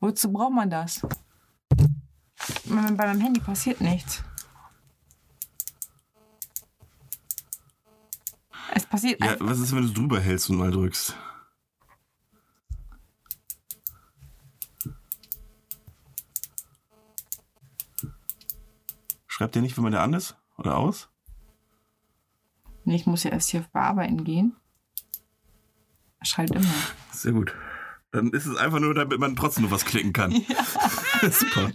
Wozu braucht man das? Bei meinem Handy passiert nichts. Es passiert Ja, einfach. was ist, wenn du es drüber hältst und mal drückst? Schreibt der nicht, wenn man der an ist? Oder aus? Nee, Ich muss ja erst hier auf Bearbeiten gehen. Er schreibt immer. Sehr gut. Dann ist es einfach nur, damit man trotzdem noch was klicken kann. Super.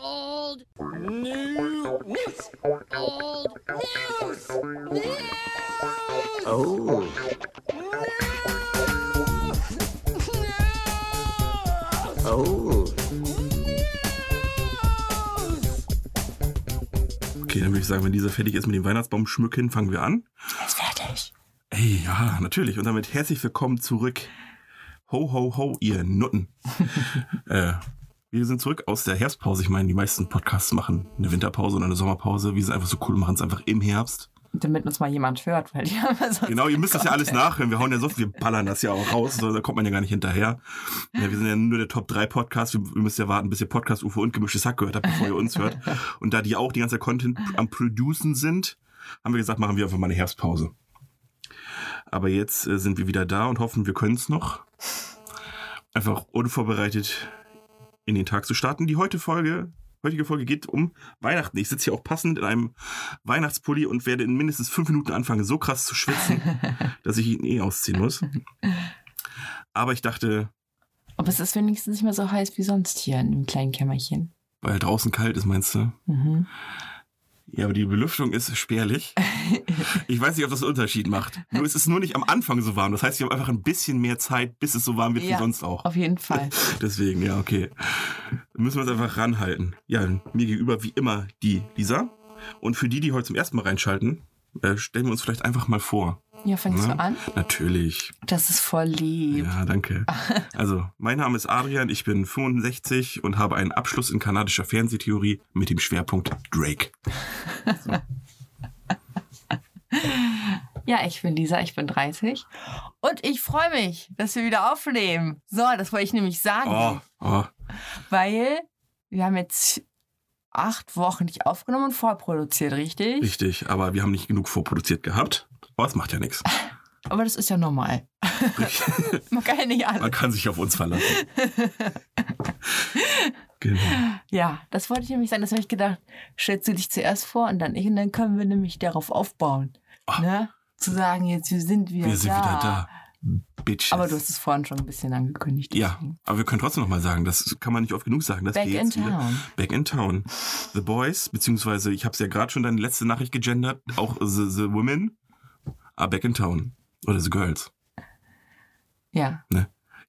old news. Old news. Oh. Oh. Okay, dann würde ich sagen, wenn dieser fertig ist mit dem Weihnachtsbaum schmücken, fangen wir an. Er ist fertig. Ey, ja, natürlich. Und damit herzlich willkommen zurück. Ho, ho, ho, ihr Nutten. äh, wir sind zurück aus der Herbstpause. Ich meine, die meisten Podcasts machen eine Winterpause und eine Sommerpause. Wir sind einfach so cool und machen es einfach im Herbst. Damit uns mal jemand hört, weil die haben ja sonst Genau, ihr müsst das ja alles Content. nachhören. Wir hauen ja so viel, wir ballern das ja auch raus. So, da kommt man ja gar nicht hinterher. Ja, wir sind ja nur der Top 3 Podcast. Wir, ihr müsst ja warten, bis ihr Podcast UFO und gemischtes Hack gehört habt, bevor ihr uns hört. Und da die auch die ganze Zeit Content am Producen sind, haben wir gesagt, machen wir einfach mal eine Herbstpause. Aber jetzt äh, sind wir wieder da und hoffen, wir können es noch. Einfach unvorbereitet in den Tag zu starten. Die heute Folge, heutige Folge geht um Weihnachten. Ich sitze hier auch passend in einem Weihnachtspulli und werde in mindestens fünf Minuten anfangen, so krass zu schwitzen, dass ich ihn eh ausziehen muss. Aber ich dachte, Aber es ist wenigstens nicht mehr so heiß wie sonst hier in dem kleinen Kämmerchen. weil draußen kalt ist, meinst du? Mhm. Ja, aber die Belüftung ist spärlich. Ich weiß nicht, ob das einen Unterschied macht. Nur es ist nur nicht am Anfang so warm. Das heißt, ich habe einfach ein bisschen mehr Zeit, bis es so warm wird wie Ja. sonst auch. Auf jeden Fall. Deswegen, ja, okay. Müssen wir uns einfach ranhalten. Ja, mir gegenüber wie immer die Lisa. Und für die, die heute zum ersten Mal reinschalten, äh, stellen wir uns vielleicht einfach mal vor. Ja, fängst Ja. du an? Natürlich. Das ist voll lieb. Ne? Ja, danke. Also, mein Name ist Adrian, ich bin 65 und habe einen Abschluss in kanadischer Fernsehtheorie mit dem Schwerpunkt Drake. Ja, ich bin Lisa, ich bin 30. Und ich freue mich, dass wir wieder aufnehmen. So, das wollte ich nämlich sagen, Oh, oh. weil wir haben jetzt acht Wochen nicht aufgenommen und vorproduziert, richtig? Richtig, aber wir haben nicht genug vorproduziert gehabt. Aber es macht ja nichts. Aber das ist ja normal. Man kann ja nicht Man alles. kann sich auf uns verlassen. Genau. Ja, das wollte ich nämlich sagen. Das habe ich gedacht, stellst du dich zuerst vor und dann ich. Und dann können wir nämlich darauf aufbauen. Ah. Ne? Zu sagen, jetzt wir sind wieder Wir sind da. wieder da. Bitches. Aber du hast es vorhin schon ein bisschen angekündigt. ja, deswegen. aber wir können trotzdem nochmal sagen, das kann man nicht oft genug sagen. Dass Back wir in jetzt wieder- town. Back in Town. The Boys, beziehungsweise ich habe es ja gerade schon deine letzte Nachricht gegendert, auch The, the Women are back in Town. Oder The Girls. Ja.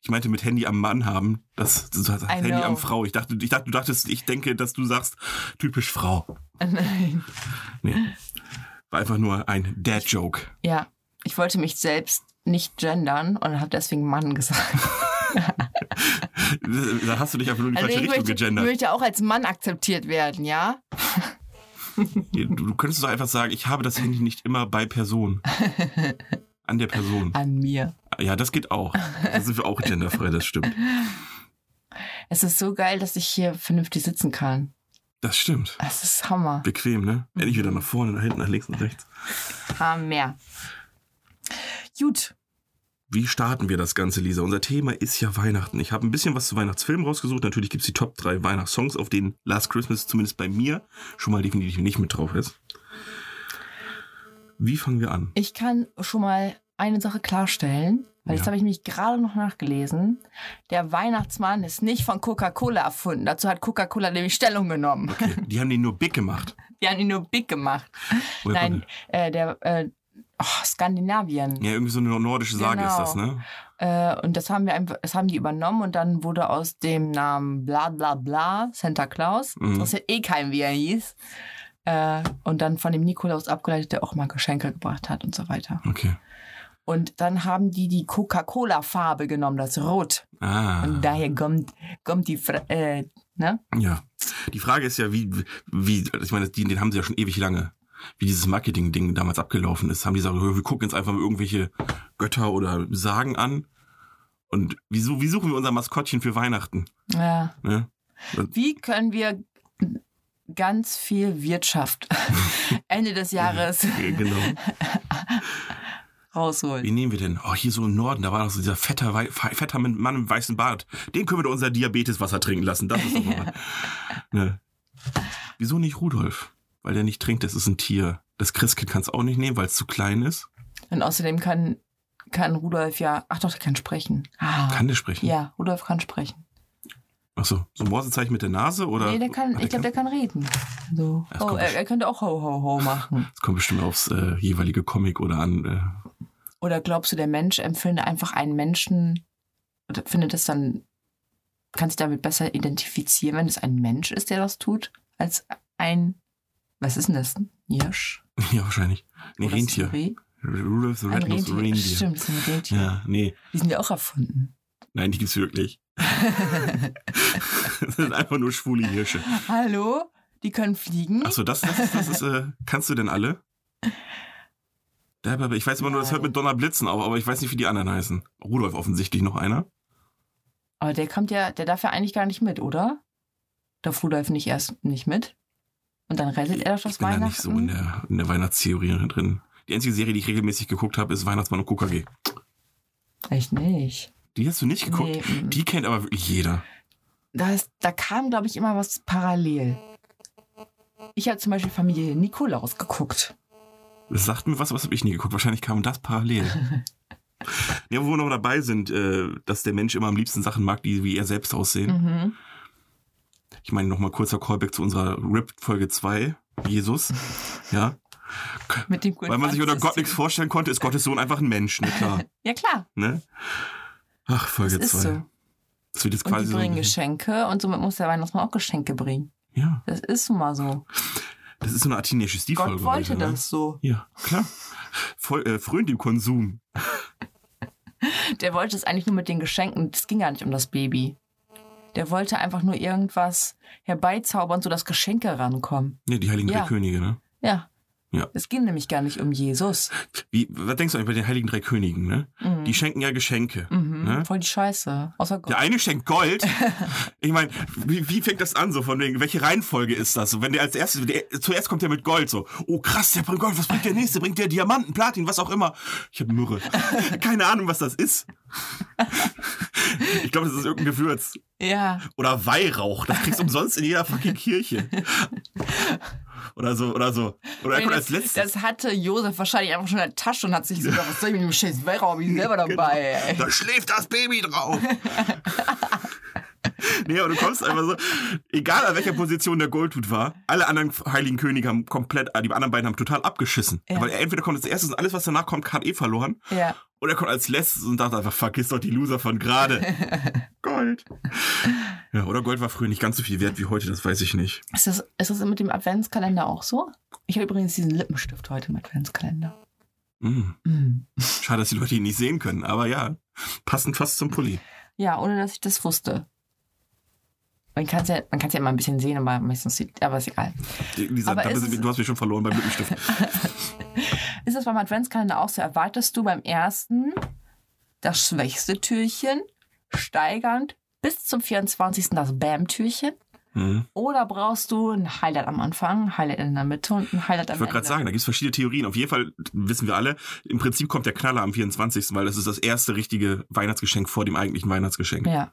Ich meinte mit Handy am Mann haben, das, das das I Handy know. am Frau. Ich dachte, ich dachte, du dachtest, ich denke, dass du sagst, typisch Frau. Nein. Nee. War einfach nur ein Dad-Joke. Ja, ich wollte mich selbst nicht gendern und habe deswegen Mann gesagt. Da hast du dich einfach nur in die falsche Also ich Richtung möchte, gegendert. möchte auch als Mann akzeptiert werden, ja? Du, du könntest doch einfach sagen, ich habe das Handy nicht immer bei Person. An der Person. An mir. Ja, das geht auch. Da sind wir auch genderfrei, das stimmt. Es ist so geil, dass ich hier vernünftig sitzen kann. Das stimmt. Das ist Hammer. Bequem, ne? Endlich wieder nach vorne, nach hinten, nach links und rechts. Hammer. Gut. Wie starten wir das Ganze, Lisa? Unser Thema ist ja Weihnachten. Ich habe ein bisschen was zu Weihnachtsfilmen rausgesucht. Natürlich gibt es die Top 3 Weihnachtssongs, auf denen Last Christmas zumindest bei mir schon mal definitiv nicht mit drauf ist. Wie fangen wir an? Ich kann schon mal eine Sache klarstellen, weil Ja. das habe ich mich gerade noch nachgelesen. Der Weihnachtsmann ist nicht von Coca-Cola erfunden. Dazu hat Coca-Cola nämlich Stellung genommen. Okay, die haben den nur big gemacht. Die haben ihn nur big gemacht. Woher Nein, kommt äh, der äh, oh, Skandinavien. der? Ja, irgendwie so eine nordische Sage ist das, ne? Äh, und das haben wir einfach, das haben die übernommen und dann wurde aus dem Namen bla bla bla Santa Claus, Mhm. das ist ja eh kein, wie er hieß, äh, und dann von dem Nikolaus abgeleitet, der auch mal Geschenke gebracht hat und so weiter. Okay. Und dann haben die die Coca-Cola-Farbe genommen, das Rot. Ah. Und daher kommt, kommt die, Fra äh, ne? ja. Die Frage ist ja, wie, wie, ich meine, die, den haben sie ja schon ewig lange. Wie dieses Marketing-Ding damals abgelaufen ist, haben die gesagt, wir gucken jetzt einfach mal irgendwelche Götter oder Sagen an Und wieso, wie suchen wir unser Maskottchen für Weihnachten? Ja. Ne? Wie können wir ganz viel Wirtschaft Ende des Jahres Äh, Genau. Wie rausholen? nehmen wir denn? Oh, hier so im Norden, da war doch so dieser fetter, wei- fe- fetter Mann im weißen Bart. Den können wir doch unser Diabeteswasser trinken lassen. Das ist doch mal. ne. Wieso nicht Rudolf? Weil der nicht trinkt, das ist ein Tier. Das Christkind kannst du auch nicht nehmen, weil es zu klein ist. Und außerdem kann, kann Rudolf ja. Ach doch, der kann sprechen. Ah. Kann der sprechen? Ja, Rudolf kann sprechen. Achso, so ein Morsezeichen mit der Nase oder? nee, der kann, Ah, ich glaube, der kann reden. So. Das Oh, kommt er, bestimmt. er könnte auch ho ho ho machen. Das kommt bestimmt aufs äh, jeweilige Comic oder an. Äh, Oder glaubst du, der Mensch empfindet einfach einen Menschen und findet das dann, kann sich damit besser identifizieren, wenn es ein Mensch ist, der das tut, als ein, was ist denn das? Ein Hirsch? ja, wahrscheinlich. Nee, Oder ist das ein Rentier. Reh? Rudolph the Ein Red-Nosed Rentier. Reindeer. Stimmt, das ist ein Rentier. Ja, nee. Die sind ja auch erfunden. Nein, die gibt's wirklich. das sind einfach nur schwule Hirsche. Hallo? Die können fliegen? Achso, das, das, ist- das ist, äh, kannst du denn alle? Da, aber Ich weiß immer nur, das hört mit Donnerblitzen auf, aber ich weiß nicht, wie die anderen heißen. Rudolf offensichtlich noch einer. Aber der kommt ja, der darf ja eigentlich gar nicht mit, oder? Darf Rudolf nicht erst nicht mit? Und dann rettet er doch das Ich bin da Weihnachten. nicht so in der, in der Weihnachtstheorie drin. Die einzige Serie, die ich regelmäßig geguckt habe, ist Weihnachtsmann und KKG. Echt nicht. Die hast du nicht geguckt? Nee, mm. Die kennt aber wirklich jeder. Da, ist, da kam, glaube ich, immer was parallel. Ich habe zum Beispiel Familie Nikolaus geguckt. Das sagt mir was, was habe ich nie geguckt. Wahrscheinlich kam das parallel. ja, wo wir noch dabei sind, äh, dass der Mensch immer am liebsten Sachen mag, die wie er selbst aussehen. Mhm. Ich meine, nochmal kurzer Callback zu unserer RIP-Folge 2, Jesus. Ja. Mit dem Weil man sich unter Gott nichts vorstellen konnte, ist Gottes Sohn einfach ein Mensch, ne klar. Ja, klar. Ne? Ach, Das Folge 2. ist so. Das wird jetzt Und die quasi so. bringen Geschenke und somit muss der Weihnachtsmann auch Geschenke bringen. Ja, Das ist nun mal so. das ist so eine athenäische Stilfolge. Gott wollte heute, ne? das so. Ja, klar. Voll, äh, frönt dem Konsum. Der wollte es eigentlich nur mit den Geschenken. Es ging gar nicht um das Baby. Der wollte einfach nur irgendwas herbeizaubern, sodass Geschenke rankommen. Ne, die Heiligen Ja. Drei Könige, ne? Ja. Ja. Es ging nämlich gar nicht um Jesus. Wie, was denkst du eigentlich bei den Heiligen Drei Königen, ne? Die schenken ja Geschenke. Mhm. Ne? Voll die Scheiße. Außer Gott. Der eine schenkt Gold. Ich meine, wie, wie fängt das an so von wegen, welche Reihenfolge ist das? So, Wenn der als erstes, der, zuerst kommt der mit Gold so. Oh krass, der bringt Gold, was bringt der nächste? Bringt der Diamanten, Platin, was auch immer. Ich habe Myrrhe. Keine Ahnung, was das ist. Ich glaube, das ist irgendein Gewürz. Ja. Oder Weihrauch. Das kriegst du umsonst in jeder fucking Kirche. Oder so, oder so. Oder er kommt als das, letztes. das hatte Josef wahrscheinlich einfach schon in der Tasche und hat sich so gedacht, was soll ich mit dem scheiß Weihrauch, ich bin selber genau. dabei. ey. Da schläft das Baby drauf. nee, aber du kommst einfach so, egal an welcher Position der Goldhut war, alle anderen Heiligen Könige haben komplett, ah, die anderen beiden haben total abgeschissen. Ja. Weil er entweder kommt als erstes und alles, was danach kommt, hat eh verloren. Ja. Oder er kommt als letztes und dachte einfach, fuck, ist doch die Loser von gerade. Gold. Ja, oder Gold war früher nicht ganz so viel wert wie heute, das weiß ich nicht. Ist das, ist das mit dem Adventskalender auch so? Ich habe übrigens diesen Lippenstift heute im Adventskalender. Mm. Mm. Schade, dass die Leute ihn nicht sehen können, aber ja, passend fast zum Pulli. Ja, ohne dass ich das wusste. Man kann es ja, man kann's ja immer ein bisschen sehen, aber meistens sieht, aber ist egal. Lisa, Aber da ist bist, es- du- du hast mich schon verloren beim Lippenstift. Ist das beim Adventskalender auch so? Erwartest du beim ersten das schwächste Türchen, steigernd bis zum 24. das Bam-Türchen? Mhm. Oder brauchst du ein Highlight am Anfang, ein Highlight in der Mitte und ein Highlight am Ende? Ich wollte gerade sagen, da gibt's verschiedene Theorien. Auf jeden Fall wissen wir alle, im Prinzip kommt der Knaller am 24., weil das ist das erste richtige Weihnachtsgeschenk vor dem eigentlichen Weihnachtsgeschenk. Ja.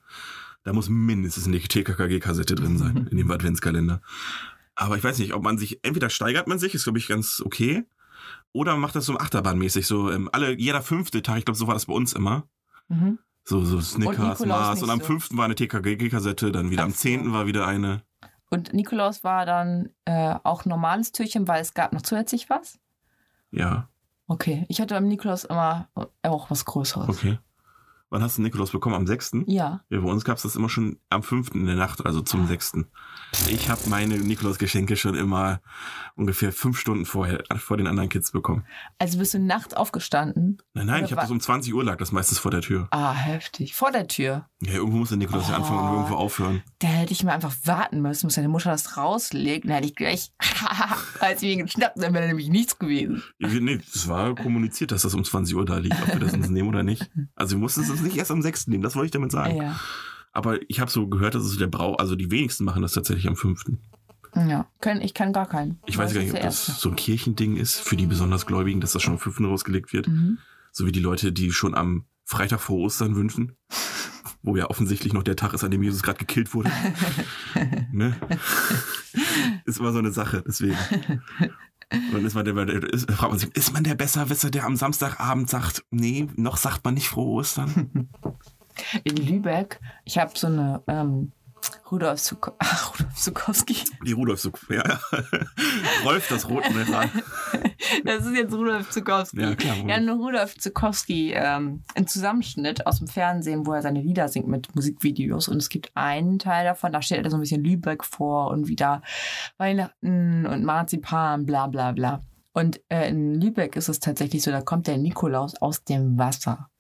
Da muss mindestens eine TKKG-Kassette drin sein, in dem Adventskalender. Aber ich weiß nicht, ob man sich, entweder steigert man sich, ist glaube ich ganz okay, oder man macht das so achterbahnmäßig, so ähm, alle, jeder fünfte Tag, ich glaube, so war das bei uns immer. Mhm. So, so Nikolaus Snickers, Mars nicht und am so. fünften war eine TKKG-Kassette, dann wieder Ach am so. zehnten war wieder eine. Und Nikolaus war dann äh, auch normales Türchen, weil es gab noch zusätzlich was. Ja, Okay, ich hatte beim Nikolaus immer auch was Größeres. okay. Wann hast du Nikolaus bekommen? Am sechsten? Ja, Ja, bei uns gab's das immer schon am 5. in der Nacht, also zum 6. Ich habe meine Nikolaus-Geschenke schon immer ungefähr fünf Stunden vorher, äh, vor den anderen Kids bekommen. also bist du nachts aufgestanden? Nein, nein, Oder ich habe das wa- um 20 Uhr lag das meistens vor der Tür. Ah, heftig. Vor der Tür. Ja, irgendwo muss der Nikolaus ja anfangen und Oh. irgendwo aufhören. Da hätte ich mir einfach warten müssen, bis seine Mutter das rauslegt. Dann hätte ich gleich, als wir ihn geschnappt, dann wäre nämlich nichts gewesen. Wir- Nee, das war kommuniziert, dass das um 20 Uhr da liegt, ob wir das uns nehmen oder nicht. Also wir mussten es uns nicht erst am 6. nehmen, das wollte ich damit sagen. Ja. Aber ich habe so gehört, dass es der Brau, also die wenigsten machen das tatsächlich am 5. ja. Können, ich kann gar keinen. Ich weiß Das gar ist nicht, ob der erste. das so ein Kirchending ist für die besonders Gläubigen, dass das schon am 5. rausgelegt wird. Mhm. So wie die Leute, die schon am Freitag vor Ostern wünschen. Wo ja offensichtlich noch der Tag ist, an dem Jesus gerade gekillt wurde. ne? Ist immer so eine Sache, deswegen. Und dann ist man der, ist, fragt man sich, ist man der Besserwisser, der am Samstagabend sagt, nee, noch sagt man nicht frohe Ostern? In Lübeck, ich habe so eine ähm, Rudolf, Zuko Ach, Rudolf Zukowski. Die Rudolf so, ja, ja. Rolf das Rot, ne? Das ist jetzt Rudolf Zukowski. Ja, klar. Ja, nur Rudolf Zukowski, ähm, ein Zusammenschnitt aus dem Fernsehen, wo er seine Lieder singt mit Musikvideos. Und es gibt einen Teil davon, da steht er so ein bisschen Lübeck vor und wieder Weihnachten und Marzipan, bla bla bla. Und äh, in Lübeck ist es tatsächlich so, da kommt der Nikolaus aus dem Wasser.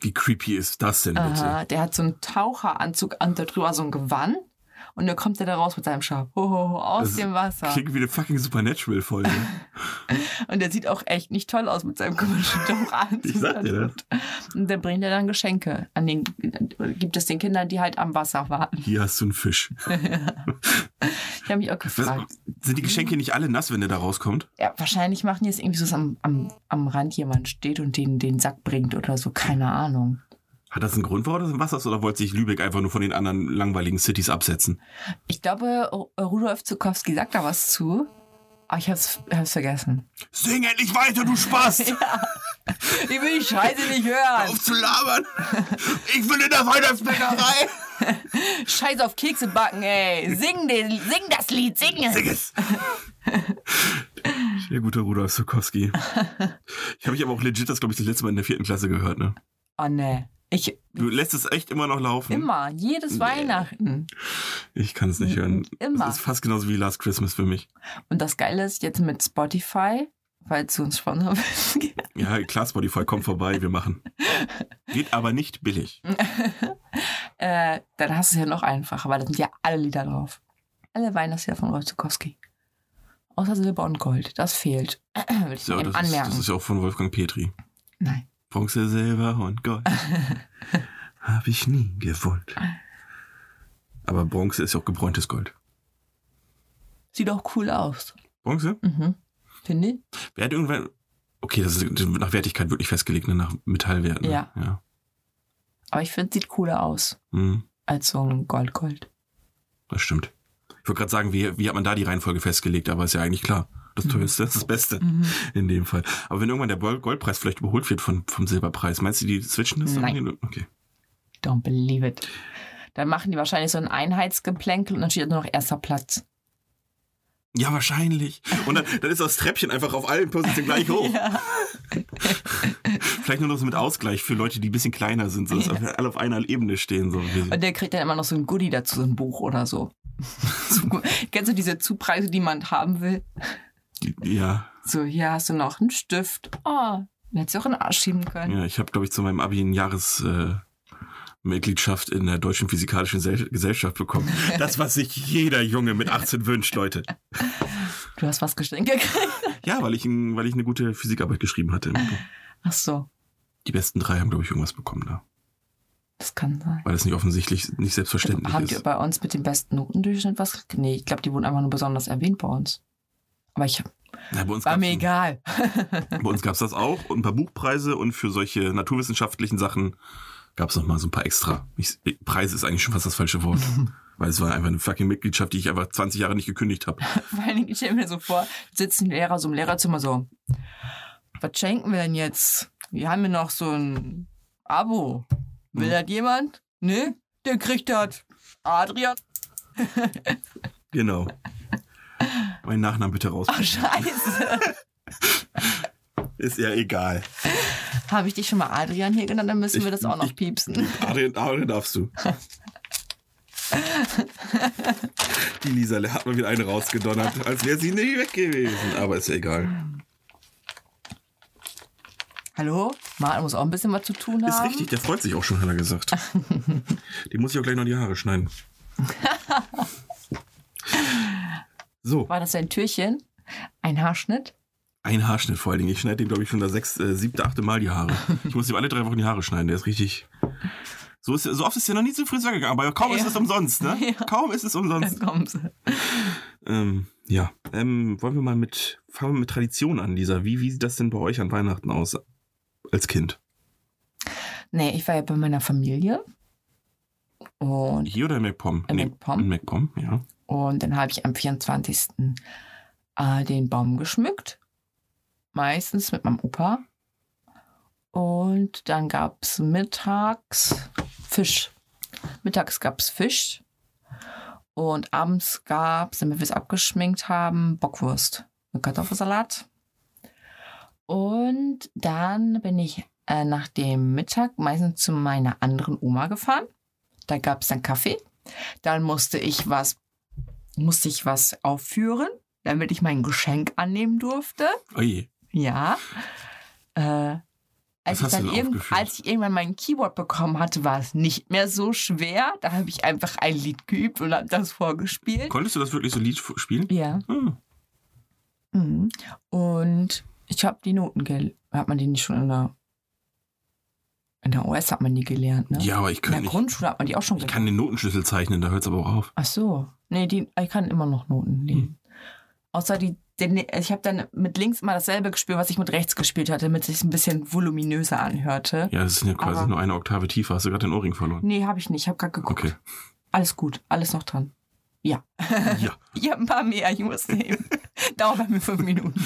Wie creepy ist das denn bitte? Aha, der hat so einen Taucheranzug an, da drüber so ein Gewand. Und dann kommt er da raus mit seinem Schaf. Hohoho, aus Das dem Wasser. Klingt wie eine fucking Supernatural-Folge. Und der sieht auch echt nicht toll aus mit seinem komischen Tauchanzug. Ich sag dir das. Und dann bringt er dann Geschenke an den, gibt es den Kindern, die halt am Wasser warten. Hier hast du einen Fisch. Ich habe mich auch Was, gefragt. sind die Geschenke nicht alle nass, wenn der da rauskommt? Ja, wahrscheinlich machen die es irgendwie so, dass am, am, am Rand jemand steht und den, den Sack bringt oder so. Keine Ahnung. Hat das einen Grund, warum das im Wasser ist, oder wollte sich Lübeck einfach nur von den anderen langweiligen Cities absetzen? Ich glaube, Ru- Rudolf Zukowski sagt da was zu. Aber ich hab's, hab's vergessen. Sing endlich weiter, du Spaß! Ich will die Scheiße nicht hören. Auf zu labern! Ich will in der Weihnachtsbäckerei! Scheiß auf Kekse backen, ey. Sing, den, sing das Lied, sing es. Sing es! Der gute Rudolf Sokowski. Ich habe mich aber auch legit das, glaube ich, das letzte Mal in der vierten Klasse gehört, ne? Oh, ne. Ich, Du lässt es echt immer noch laufen. immer, jedes Weihnachten. Ich kann es nicht hören. Immer. Das ist fast genauso wie Last Christmas für mich. Und das Geile ist jetzt mit Spotify, falls du uns Sponsor willst. Ja, klar, Spotify, komm vorbei, wir machen. Geht aber nicht billig. äh, dann hast du es ja noch einfacher, weil da sind ja alle Lieder drauf. Alle Weihnachtslieder von Rolf Zukowski. Außer Silber und Gold. Das fehlt. Will ich So, mal eben das, ist, anmerken. das ist ja auch von Wolfgang Petri. Nein. Bronze, Silber und Gold. Habe ich nie gewollt. Aber Bronze ist ja auch gebräuntes Gold. Sieht auch cool aus. Bronze? Mhm. Finde ich. Wer hat irgendwann. Okay, das ist nach Wertigkeit wirklich festgelegt, ne? nach Metallwert. Ne? Ja. ja. Aber ich finde, sieht cooler aus Hm, als so ein Gold-Gold. das stimmt. Ich wollte gerade sagen, wie, wie hat man da die Reihenfolge festgelegt, aber ist ja eigentlich klar. Mhm. Das teuerste ist das Beste in dem Fall. Aber wenn irgendwann der Gold- Goldpreis vielleicht überholt wird von, vom Silberpreis, meinst du, die switchen das? dann? Nein. Okay. Don't believe it. Dann machen die wahrscheinlich so ein Einheitsgeplänkel und dann steht da nur noch erster Platz. Ja, wahrscheinlich. Und dann, dann ist das Treppchen einfach auf allen Positionen gleich hoch. Vielleicht nur noch so mit Ausgleich für Leute, die ein bisschen kleiner sind, so dass alle auf einer Ebene stehen. So. Und der kriegt dann immer noch so ein Goodie dazu, so ein Buch oder so. so gut. Kennst du diese Zupreise, die man haben will? Ja, So, hier hast du noch einen Stift. Oh, den hättest du auch in den Arsch schieben können. ja, ich habe, glaube ich, zu meinem Abi ein Jahres. Äh, Mitgliedschaft in der Deutschen Physikalischen Sel- Gesellschaft bekommen. Das, was sich jeder Junge mit 18 wünscht, Leute. Du hast was geschenkt gekriegt. Ja, weil ich, ein, weil ich eine gute Physikarbeit geschrieben hatte. Ach so, Die besten drei haben, glaube ich, irgendwas bekommen da. das kann sein. Weil das nicht offensichtlich, nicht selbstverständlich Habt ihr ist. bei uns mit dem besten Notendurchschnitt was gekriegt? Nee, ich glaube, die wurden einfach nur besonders erwähnt bei uns. Aber ich Na, bei uns war gab's mir ein- egal. Bei uns gab's das auch und ein paar Buchpreise und für solche naturwissenschaftlichen Sachen gab's noch mal so ein paar extra. Ich, Preise ist eigentlich schon fast das falsche Wort. Weil es war einfach eine fucking Mitgliedschaft, die ich einfach 20 Jahre nicht gekündigt habe. Vor allen Dingen, ich stelle mir so vor, sitzen die Lehrer so im Lehrerzimmer so. Was schenken wir denn jetzt? Wir haben ja noch so ein Abo. Will Hm. das jemand? Ne? Der kriegt das. Adrian. Genau. Mein Nachnamen bitte raus. Oh, scheiße. Ist ja egal. Habe ich dich schon mal Adrian hier genannt? Dann müssen Ich- wir das auch noch ich- piepsen. Adrian, Adrian darfst du. Die Lisa hat mal wieder eine rausgedonnert, als wäre sie nicht weg gewesen. Aber ist ja egal. Hallo? Martin muss auch ein bisschen was zu tun haben. Ist richtig, der freut sich auch schon, hat er gesagt. Dem muss ich auch gleich noch die Haare schneiden. So, War das dein Türchen? Ein Haarschnitt? ein Haarschnitt vor allen Dingen. Ich schneide dem, glaube ich, schon das sechste, äh, siebte, achte Mal die Haare. Ich muss ihm alle drei Wochen die Haare schneiden. Der ist richtig. So, ist, so oft ist er noch nie zum Friseur gegangen, aber kaum ist Ja. es umsonst, ne? Ja. Kaum ist es umsonst. Dann kommen sie. Ähm, ja, ähm, wollen wir mal mit, fangen wir mit Tradition an, Lisa. Wie, wie sieht das denn bei euch an Weihnachten aus als Kind? Nee, ich war ja bei meiner Familie. Und, Hier oder in MacPom? In MacPom. In MacPom, ja. und dann habe ich am 24. Äh, den Baum geschmückt. Meistens mit meinem Opa. Und dann gab es mittags Fisch. Mittags gab es Fisch. Und abends gab es, damit wir es abgeschminkt haben, Bockwurst mit Kartoffelsalat. Und dann bin ich äh, nach dem Mittag meistens zu meiner anderen Oma gefahren. Da gab es dann Kaffee. Dann musste ich was, musste ich was aufführen, damit ich mein Geschenk annehmen durfte. Oje. Ja. Äh, als, Was ich hast dann du denn irgend, aufgeführt? als ich irgendwann mein Keyboard bekommen hatte, war es nicht mehr so schwer. Da habe ich einfach ein Lied geübt und habe das vorgespielt. Konntest du das wirklich so Lied f- spielen? Ja. Hm. Mhm. Und ich habe die Noten gelernt. Hat man die nicht schon in der. In der OS hat man die gelernt, ne? Ja, aber ich in der kann, nicht, Grundschule hat man die auch schon ich gelernt. kann den Notenschlüssel zeichnen, da hört es aber auch auf. Ach so. Nee, die, ich kann immer noch Noten Hm. lesen. Außer die. Den, ich habe dann mit links immer dasselbe gespielt, was ich mit rechts gespielt hatte, damit es sich ein bisschen voluminöser anhörte. Ja, das ist ja quasi Aber- nur eine Oktave tiefer. Hast du gerade den Ohrring verloren? Nee, habe ich nicht. Ich habe gerade geguckt. Okay. Alles gut. Alles noch dran. Ja. Ich habe ein paar mehr. Ich muss nehmen. Dauert bei mir fünf Minuten.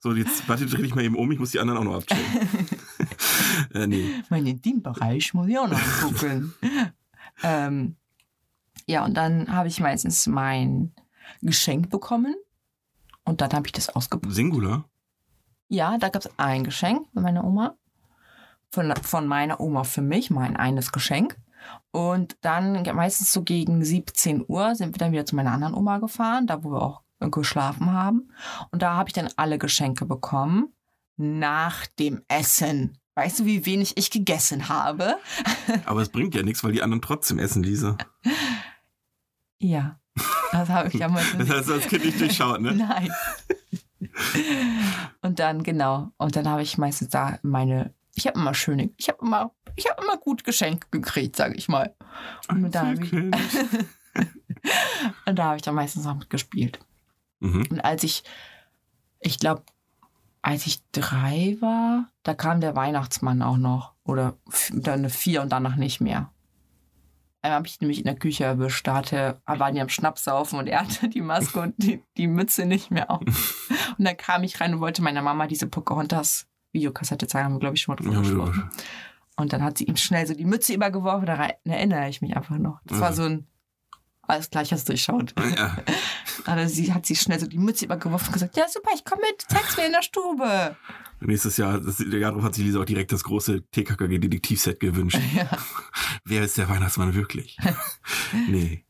So, jetzt, warte, dreh dich mal eben um, ich muss die anderen auch noch abchecken. äh, nee. meinen Intimbereich muss ich auch noch gucken. ähm, ja, und dann habe ich meistens mein Geschenk bekommen. Und dann habe ich das ausgepackt. Singular? Ja, da gab es ein Geschenk von meiner Oma. Von, von meiner Oma für mich, mein eines Geschenk. Und dann meistens so gegen 17 Uhr sind wir dann wieder zu meiner anderen Oma gefahren, da wo wir auch geschlafen haben. Und da habe ich dann alle Geschenke bekommen nach dem Essen. Weißt du, wie wenig ich gegessen habe? Aber es bringt ja nichts, weil die anderen trotzdem essen, Lisa. Ja, das habe ich damals Das hast du als Kind nicht durchschaut, ne? Nein. und dann, genau, und dann habe ich meistens da meine, ich habe immer schöne, ich habe immer, ich habe immer gut Geschenke gekriegt, sage ich mal. Ah, Und da habe ich, Einzelkind. und da habe ich dann meistens auch mitgespielt. Mhm. Und als ich, ich glaube, als ich drei war, da kam der Weihnachtsmann auch noch. Oder f- dann eine vier und danach nicht mehr. Einmal habe ich nämlich in der Küche erwischt. Da hatte, waren die am Schnaps saufen und er hatte die Maske und die, die Mütze nicht mehr auf. Und dann kam ich rein und wollte meiner Mama diese Pocahontas Videokassette zeigen, haben wir, glaube ich, schon mal drüber Ja, gesprochen. Und dann hat sie ihm schnell so die Mütze übergeworfen, daran erinnere ich mich einfach noch. Das war Ja. so ein, alles gleich hast du durchschaut. Ja. Aber sie hat sie schnell so die Mütze übergeworfen und gesagt, ja super, ich komme mit, zeig's mir in der Stube. Nächstes Jahr, das Jahr darauf hat sich Lisa auch direkt das große TKKG-Detektivset gewünscht. Ja. Wer ist der Weihnachtsmann wirklich? nee.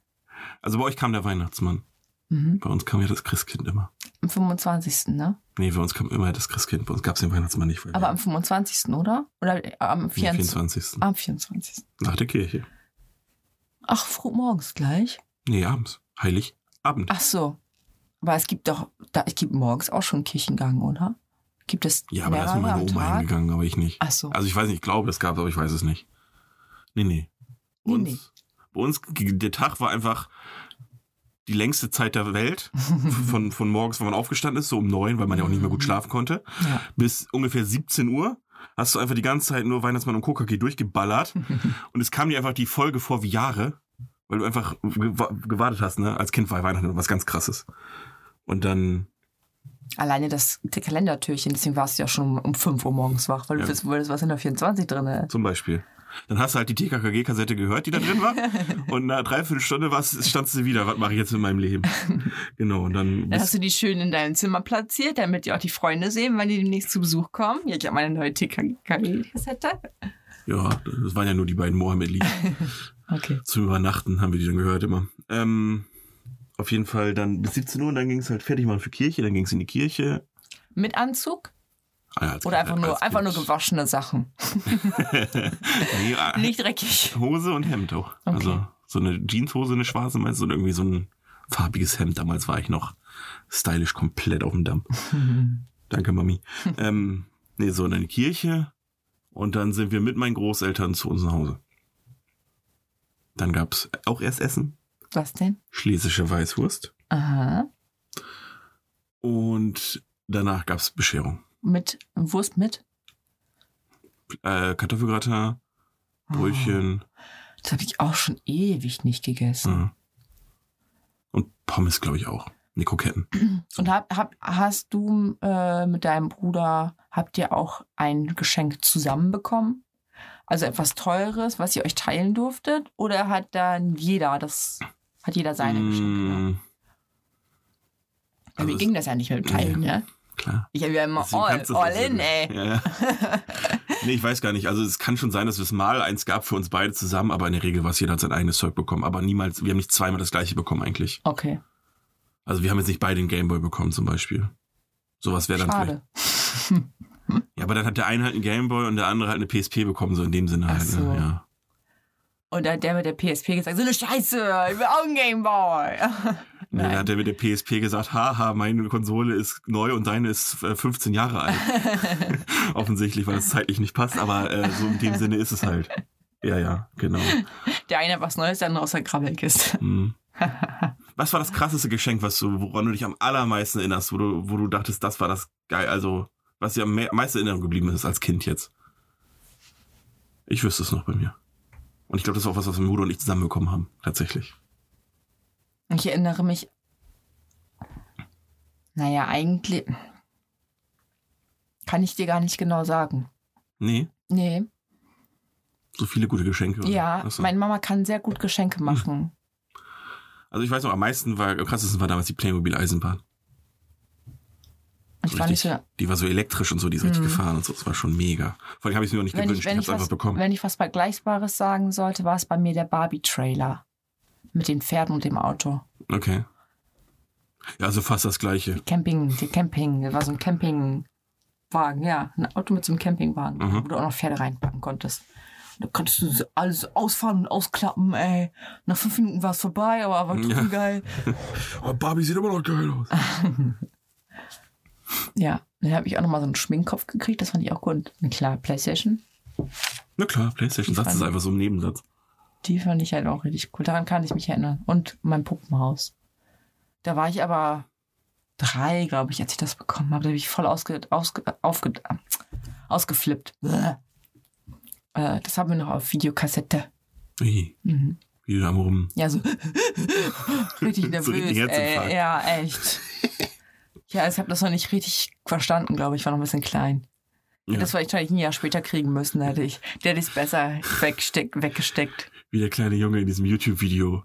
Also bei euch kam der Weihnachtsmann. Mhm. Bei uns kam ja das Christkind immer. Am 25. ne? Nee, bei uns kam immer das Christkind. Bei uns gab es den Weihnachtsmann nicht. weil wir- Aber am 25. oder? Oder äh, am Nee, 24. 24. Am 24. Nach der Kirche. Ach, früh morgens gleich? Nee, abends. Heilig. Abend. Ach so. Aber es gibt doch, da, es gibt morgens auch schon Kirchengang, oder? Gibt es ja, aber da mehrere ist mit meiner am Oma Tag? hingegangen, aber ich nicht. Ach so. Also ich weiß nicht, ich glaube, es gab aber ich weiß es nicht. Nee, nee. Nee, uns, nee. Bei uns, g- der Tag war einfach die längste Zeit der Welt. Von, von morgens, wenn man aufgestanden ist, so um neun, weil man ja auch nicht mehr Mhm. gut schlafen konnte, Ja. bis ungefähr 17 Uhr. Hast du einfach die ganze Zeit nur Weihnachtsmann und Kokaki durchgeballert. und es kam dir einfach die Folge vor wie Jahre, weil du einfach gewa- gewartet hast, ne? Als Kind war Weihnachten was ganz krasses. Und dann, Alleine das die Kalendertürchen, deswegen warst du ja schon um 5 Uhr morgens wach, weil Ja. du wissen wolltest, was in der 24 drin ist. zum Beispiel, dann hast du halt die TKKG-Kassette gehört, die da drin war. und nach dreiviertel Stunde warst- standst du wieder. Was mache ich jetzt mit meinem Leben? genau, und dann Dann bist- hast du die schön in deinem Zimmer platziert, damit die auch die Freunde sehen, wenn die demnächst zu Besuch kommen. Ja, ich habe meine neue TKG-Kassette. Ja, das waren ja nur die beiden Mohammed-Lieder. Okay. Zum Übernachten haben wir die dann gehört immer. Ähm, auf jeden Fall dann bis 17 Uhr und dann ging es halt fertig machen für Kirche, dann ging es in die Kirche. Mit Anzug? Ah, als- Oder einfach als nur, Kind. einfach nur gewaschene Sachen. nee, ah, Nicht dreckig. Hose und Hemd auch. Okay. Also so eine Jeanshose, eine schwarze meinst du und irgendwie so ein farbiges Hemd. Damals war ich noch stylisch komplett auf dem Damm. Mhm. Danke, Mami. ähm, nee, so in eine Kirche. Und dann sind wir mit meinen Großeltern zu uns nach Hause. Dann gab's auch erst Essen. Was denn? Schlesische Weißwurst. Aha. Und danach gab's Bescherung. Mit Wurst mit? Äh, Oh, Kartoffelgratin, Brötchen Das habe ich auch schon ewig nicht gegessen. mhm. und Pommes, glaube ich, auch. Nee, Kroketten. Und hab, hab, hast du äh, mit deinem Bruder, habt ihr auch ein Geschenk zusammenbekommen? Also etwas Teures, was ihr euch teilen durftet? Oder hat dann jeder das, hat jeder seine Geschenke? gehabt? Mm, Bei mir also ging das ja nicht mit dem Teilen, ne? klar. Ich habe ja immer Deswegen all, kannst du das all nicht ne? in, ey. so- Ja, ja. nee, ich weiß gar nicht. Also es kann schon sein, dass es mal eins gab für uns beide zusammen, aber in der Regel war es jeder hat sein eigenes Zeug bekommen. Aber niemals, wir haben nicht zweimal das gleiche bekommen eigentlich. Okay, Also wir haben jetzt nicht beide den Gameboy bekommen zum Beispiel. Sowas wäre dann vielleicht. schade. Ja, aber dann hat der eine halt einen Gameboy und der andere halt eine PSP bekommen, so in dem Sinne Ach halt. so. Ne? Ja. Und dann hat der mit der PSP gesagt, so eine Scheiße, ich will auch einen Gameboy. Nee, Nein. dann hat der mit der PSP gesagt, haha, meine Konsole ist neu und deine ist äh, 15 Jahre alt. Offensichtlich, weil es zeitlich nicht passt, aber äh, so in dem Sinne ist es halt. Ja, ja, genau. der eine hat was Neues, der andere aus der Krabbelkiste. Hm. Was war das krasseste Geschenk, was du, woran du dich am allermeisten erinnerst, wo du, wo du dachtest, das war das geil, also was dir am me- meisten in Erinnerung geblieben ist als Kind jetzt? Ich wüsste es noch bei mir. Und ich glaube, das ist auch was, was mein Bruder und ich zusammenbekommen haben, tatsächlich. Ich erinnere mich. Naja, eigentlich. Kann ich dir gar nicht genau sagen. Nee, Nee. so viele gute Geschenke. oder? Ja, Hm, Ach so. Hm, meine Mama kann sehr gut Geschenke machen. also ich weiß noch, am meisten war, am krassesten war damals die Playmobil-Eisenbahn. Ich war nicht so. Die war so elektrisch und so, die ist richtig Mhm. gefahren und so, das war schon mega. Vor allem habe ich es mir auch nicht Wenn ich, gewünscht, ich, wenn, habe ich es einfach was, bekommen. wenn ich was Vergleichbares sagen sollte, war es bei mir der Barbie-Trailer. Mit den Pferden und dem Auto. okay. Ja, also fast das gleiche. Camping, der Camping, das war so ein Campingwagen, ja. Ein Auto mit so einem Campingwagen, Mhm. wo du auch noch Pferde reinpacken konntest. Und da konntest du so alles ausfahren und ausklappen, ey. Nach fünf Minuten war es vorbei, aber war Ja. trotzdem geil. Aber Oh, Barbie sieht immer noch geil aus. Ja, dann habe ich auch nochmal so einen Schminkkopf gekriegt, das fand ich auch gut. Na klar, Playstation, Na klar, PlayStation Satz ist einfach so ein Nebensatz. die fand ich halt auch richtig cool. Daran kann ich mich erinnern. Und mein Puppenhaus. Da war ich aber drei, glaube ich, als ich das bekommen habe. Da bin ich voll ausge, ausge, aufge, äh, ausgeflippt. Bäh. Äh, das haben wir noch auf Videokassette. Ui, Mhm. wie du da am rum. Ja, so richtig nervös. So richtig Herzinfarkt. ey. Ja, echt. Ja, ich habe das noch nicht richtig verstanden, glaube ich. Ich war noch ein bisschen klein. Ja, Das war ich wahrscheinlich ein Jahr später kriegen müssen, da hätte ich. Der hätte ich besser wegsteck, weggesteckt. wie der kleine Junge in diesem YouTube-Video,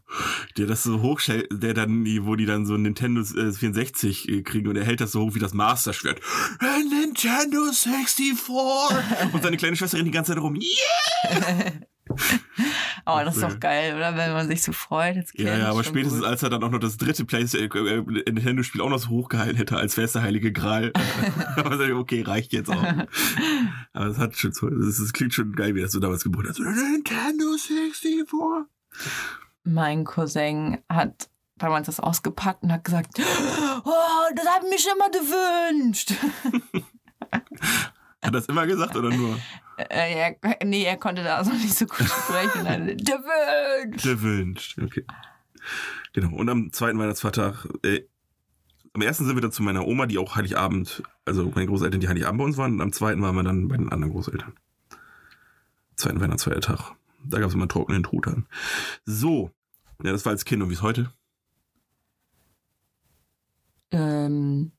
der das so hochstellt, der dann, die- wo die dann so ein Nintendo äh, 64 äh, kriegen und er hält das so hoch wie das Master-Schwert. Ein Nintendo 64! Und seine kleine Schwester rennt die ganze Zeit rum. Yeah! Aber Oh, das ist doch geil, oder? Wenn man sich so freut. Jetzt Ja, ja, aber spätestens als er dann auch noch das dritte Playsta- äh, äh, Nintendo-Spiel auch noch so hochgehalten hätte, als wäre es der heilige Gral. aber sag ich, okay, reicht jetzt auch. aber es hat schon so, es es klingt schon geil, wie das so damals geboren hat. So, Nintendo 64! Mein Cousin hat damals das ausgepackt und hat gesagt, oh, das habe ich mir schon mal gewünscht. Hat das immer gesagt oder nur? Äh, er, nee, er konnte da also nicht so gut sprechen. Er hat, Gewünscht. Gewünscht. Okay. Genau. Und am zweiten Weihnachtsfeiertag, äh, am ersten sind wir dann zu meiner Oma, die auch Heiligabend, also meine Großeltern, die Heiligabend bei uns waren, und am zweiten waren wir dann bei den anderen Großeltern. Zweiten Weihnachtsfeiertag. Da gab es immer trockenen Truthahn. So. Ja, das war als Kind und wie es heute? Ähm,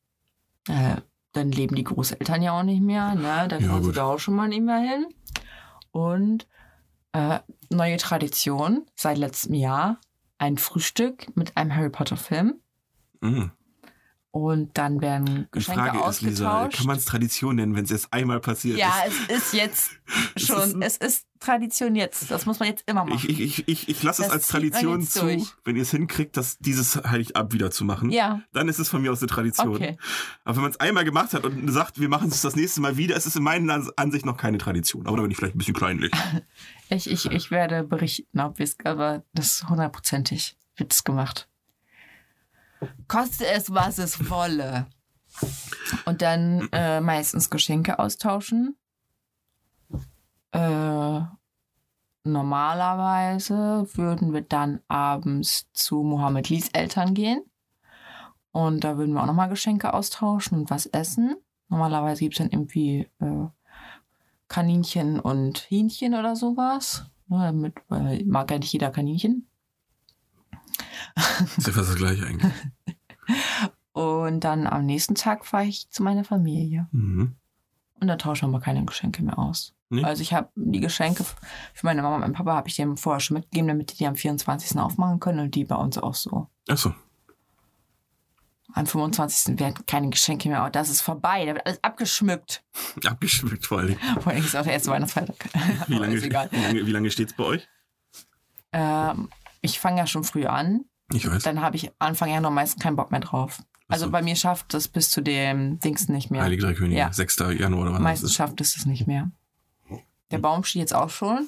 äh, dann leben die Großeltern ja auch nicht mehr, ne? Da Ja, kannst du gut. da auch schon mal nicht mehr hin. Und äh, neue Tradition seit letztem Jahr: ein Frühstück mit einem Harry Potter-Film Mhm. Und dann werden Die Geschenke Frage ist, Lisa, ausgetauscht. kann man es Tradition nennen, wenn es erst einmal passiert ja, ist? es ist jetzt Es schon, es ist, Tradition jetzt. Das muss man jetzt immer machen. Ich, ich, ich, ich, ich lasse es Das als zieht man Tradition jetzt zu, durch. wenn ihr es hinkriegt, das, dieses Heiligabend wieder zu machen. ja, Dann ist es von mir aus eine Tradition. okay. Aber wenn man es einmal gemacht hat und sagt, wir machen es das nächste Mal wieder, es ist in meiner Ansicht noch keine Tradition. Aber da bin ich vielleicht ein bisschen kleinlich. Ich, ich, ich werde berichten, ob wir es, aber das hundertprozentig wird es gemacht. Koste es, was es wolle. Und dann äh, meistens Geschenke austauschen. Äh, normalerweise würden wir dann abends zu Mohammed Lees Eltern gehen. Und da würden wir auch nochmal Geschenke austauschen und was essen. Normalerweise gibt es dann irgendwie äh, Kaninchen und Hähnchen oder sowas. Ne, Mit, weil mag ja nicht jeder Kaninchen. ist ja fast das Gleiche eigentlich. Und dann am nächsten Tag fahre ich zu meiner Familie. Mhm. Und da tauschen wir keine Geschenke mehr aus. Nee? Also ich habe die Geschenke f- für meine Mama und meinen Papa habe ich denen vorher schon mitgegeben, damit die die am 24. aufmachen können und die bei uns auch so. Achso. Am 25. werden keine Geschenke mehr. Das ist vorbei. Da wird alles abgeschmückt. Abgeschmückt vor allem. Vor allem ist es auch der erste Weihnachtsfeiertag. Wie Aber lange, ist egal. wie lange, wie lange steht es bei euch? Ähm, ich fange ja schon früh an. Ich weiß. dann habe ich Anfang Januar meistens keinen Bock mehr drauf. Also so. bei mir schafft das bis zu dem Dings nicht mehr. Heilige Drei Könige, Ja. 6. Januar oder wann meistens das ist. schafft es das nicht mehr. Der Baum steht jetzt auch schon,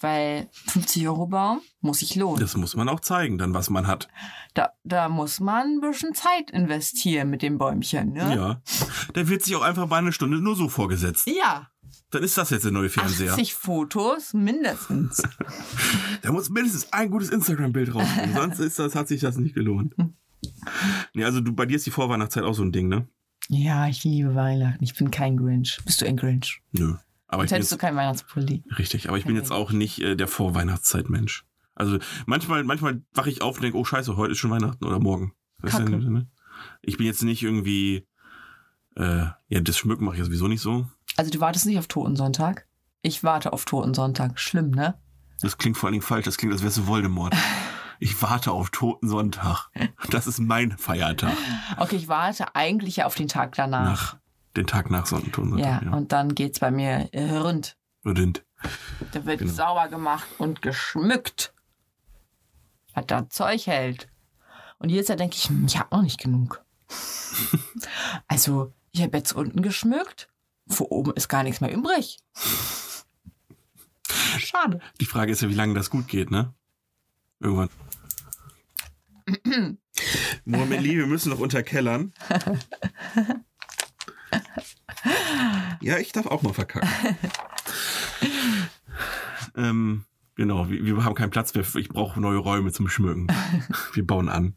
weil 50 Euro Baum muss ich lohnen. Das muss man auch zeigen, dann was man hat. Da, da muss man ein bisschen Zeit investieren mit dem Bäumchen, ne? Ja. Der wird sich auch einfach mal eine Stunde nur so vorgesetzt. Ja, Dann ist das jetzt der neue Fernseher. 80 Fotos mindestens. Da muss mindestens ein gutes Instagram-Bild rauskommen. Sonst ist das, hat sich das nicht gelohnt. Hm. Nee, also du, bei dir ist die Vorweihnachtszeit auch so ein Ding, ne? ja, ich liebe Weihnachten. Ich bin kein Grinch. Bist du ein Grinch? Nö. Aber Sonst ich bin hättest du jetzt, keinen Weihnachtspulli. richtig, aber ich bin jetzt auch nicht äh, der Vorweihnachtszeit-Mensch. Also manchmal, manchmal wache ich auf und denke, oh scheiße, heute ist schon Weihnachten oder morgen. Weißt du, Kacke. ne? Ich bin jetzt nicht irgendwie, äh, ja, das Schmücken mache ich ja sowieso nicht so. Also du wartest nicht auf Totensonntag? Ich warte auf Totensonntag. Schlimm, ne? Das klingt vor allen Dingen falsch. Das klingt, als wärst du Voldemort. Ich warte auf Totensonntag. Das ist mein Feiertag. Okay, ich warte eigentlich ja auf den Tag danach. Nach den Tag nach Son- ja, Totensonntag. Ja. und dann geht's bei mir äh, rund. Und Da wird Genau. sauber gemacht und geschmückt. Was da Zeug hält. Und jetzt denke ich, hm, ich habe noch nicht genug. also, ich habe jetzt unten geschmückt. Vor oben ist gar nichts mehr übrig. Schade. die Frage ist ja, wie lange das gut geht, ne? Irgendwann. Mohamed Lee, wir müssen noch unterkellern. Ja, ich darf auch mal verkacken. ähm, genau, wir, wir haben keinen Platz mehr. Ich brauche neue Räume zum Schmücken. Wir bauen an.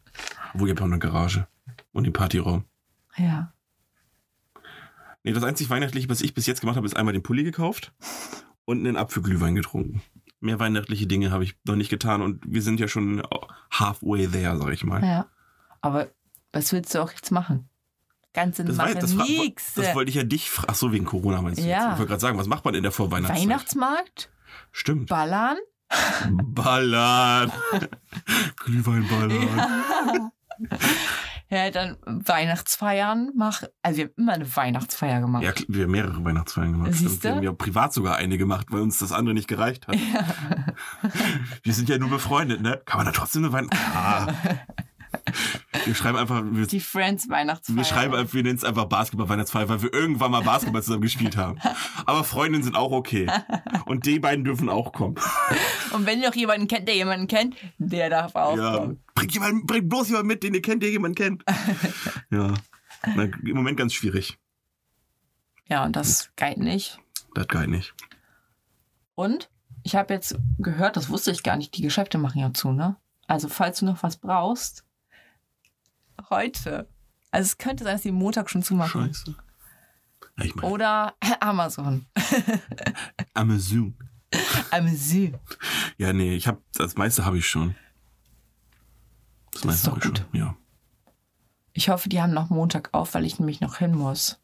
Obwohl, ihr habt auch eine Garage und den Partyraum. Ja. Nee, das einzig Weihnachtliche, was ich bis jetzt gemacht habe, ist einmal den Pulli gekauft und einen Apfelglühwein getrunken. Mehr weihnachtliche Dinge habe ich noch nicht getan und wir sind ja schon halfway there, sag ich mal. Ja. Aber was willst du auch jetzt machen? Ganze Das, war, Mache das, fra- nix. das wollte ich ja dich fragen. Ach so, wegen Corona meinst du Ja. jetzt. Ich wollte gerade sagen, was macht man in der Vorweihnachtszeit? Weihnachtsmarkt? Stimmt. Ballern? Ballern. Glühweinballern. Ja, dann Weihnachtsfeiern mach. Also wir haben immer eine Weihnachtsfeier gemacht. Ja, kl- wir haben mehrere Weihnachtsfeiern gemacht. Siehste? stimmt. Wir haben ja privat sogar eine gemacht, weil uns das andere nicht gereicht hat. Wir sind ja nur befreundet, ne? Kann man da trotzdem eine Weihnachtsfeier? Ah. Wir schreiben einfach, wir, Die Friends Weihnachtsfeier. wir schreiben, einfach- wir nennen es einfach Basketball-Weihnachtsfeier, weil wir irgendwann mal Basketball zusammen gespielt haben. Aber Freundinnen sind auch okay. Und die beiden dürfen auch kommen. Und wenn ihr noch jemanden kennt, der jemanden kennt, der darf auch Ja. kommen. Bringt, jemanden, bringt bloß jemanden mit, den ihr kennt, der jemanden kennt. Ja. Na, Im Moment ganz schwierig. Ja, und das geht nicht. Das geht nicht. Und ich habe jetzt gehört, das wusste ich gar nicht, die Geschäfte machen ja zu, ne? Also falls du noch was brauchst, heute. Also es könnte sein, dass die Montag schon zumachen. Scheiße. Ja, ich meine, Oder Amazon. Amazon. Amazon. Ja, nee, ich habe das meiste habe ich schon. Das, ist doch hab gut. schon. Ja. Ich hoffe, die haben noch Montag auf, weil ich nämlich noch hin muss.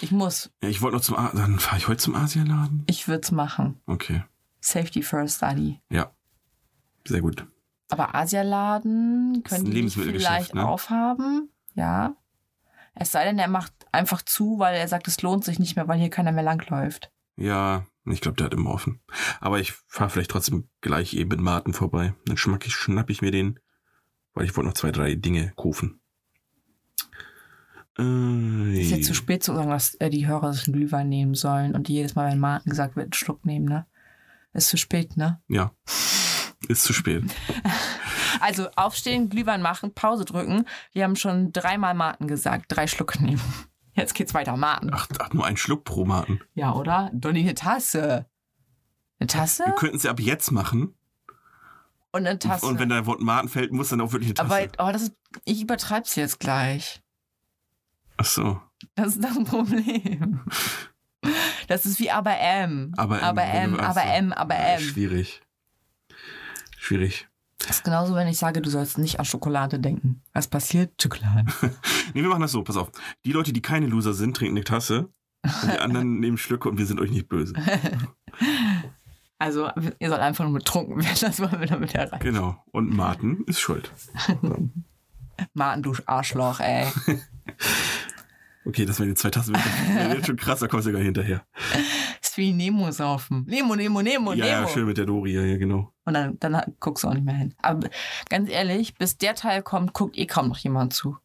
Ich muss. ja ich wollte noch zum A dann fahre ich heute zum Asialaden. Ich würde es machen. Okay. Safety first, Study. Ja. Sehr gut. Aber Asialaden ein können die nicht Lebensmittelgeschäft, vielleicht ne? aufhaben. Ja. Es sei denn, er macht einfach zu, weil er sagt, es lohnt sich nicht mehr, weil hier keiner mehr langläuft. Ja, ich glaube, der hat immer offen. Aber ich fahre vielleicht trotzdem gleich eben mit Martin vorbei. Dann schmack ich, schnapp ich mir den, weil ich wollte noch zwei, drei Dinge kaufen. Äh, Ist jetzt zu spät zu sagen, dass äh, die Hörer sich einen Glühwein nehmen sollen und die jedes Mal, wenn Martin gesagt wird, einen Schluck nehmen, ne? Ist zu spät, ne? Ja. Ist zu spät. Also aufstehen, Glühwein machen, Pause drücken. Wir haben schon dreimal Martin gesagt, drei Schlucke nehmen. Jetzt geht's weiter, Martin. Ach, ach nur ein Schluck pro Martin. Ja, oder? Donny, eine Tasse. Eine Tasse? Wir könnten es ja ab jetzt machen. Und eine Ah. Tasse. Und wenn da ein Wort Martin fällt, muss dann auch wirklich eine Tasse. Aber oh, das ist, ich übertreib's jetzt gleich. Ach so. Das ist das Problem. Das ist wie aber M. Aber, aber M, ach aber so. M, aber Ja, M. Schwierig. Schwierig. Das ist genauso, wenn ich sage, du sollst nicht an Schokolade denken. Was passiert? Schokolade. Nee, wir machen das so, pass auf. Die Leute, die keine Loser sind, trinken eine Tasse. Und die anderen nehmen Schlücke und wir sind euch nicht böse. Also, ihr sollt einfach nur betrunken werden, das wollen wir damit erreichen. Genau. Und Martin ist schuld. Martin, du Arschloch, ey. Okay, das waren die zwei Tassen. Das wird schon krass, da kommst du gar nicht hinterher. Das ist wie Nemo saufen. Nemo, Nemo, Nemo, ja, ja, Nemo. schön mit der Dori, ja, ja, genau. Und dann, dann guckst du auch nicht mehr hin. Aber ganz ehrlich, bis der Teil kommt, guckt eh kaum noch jemand zu.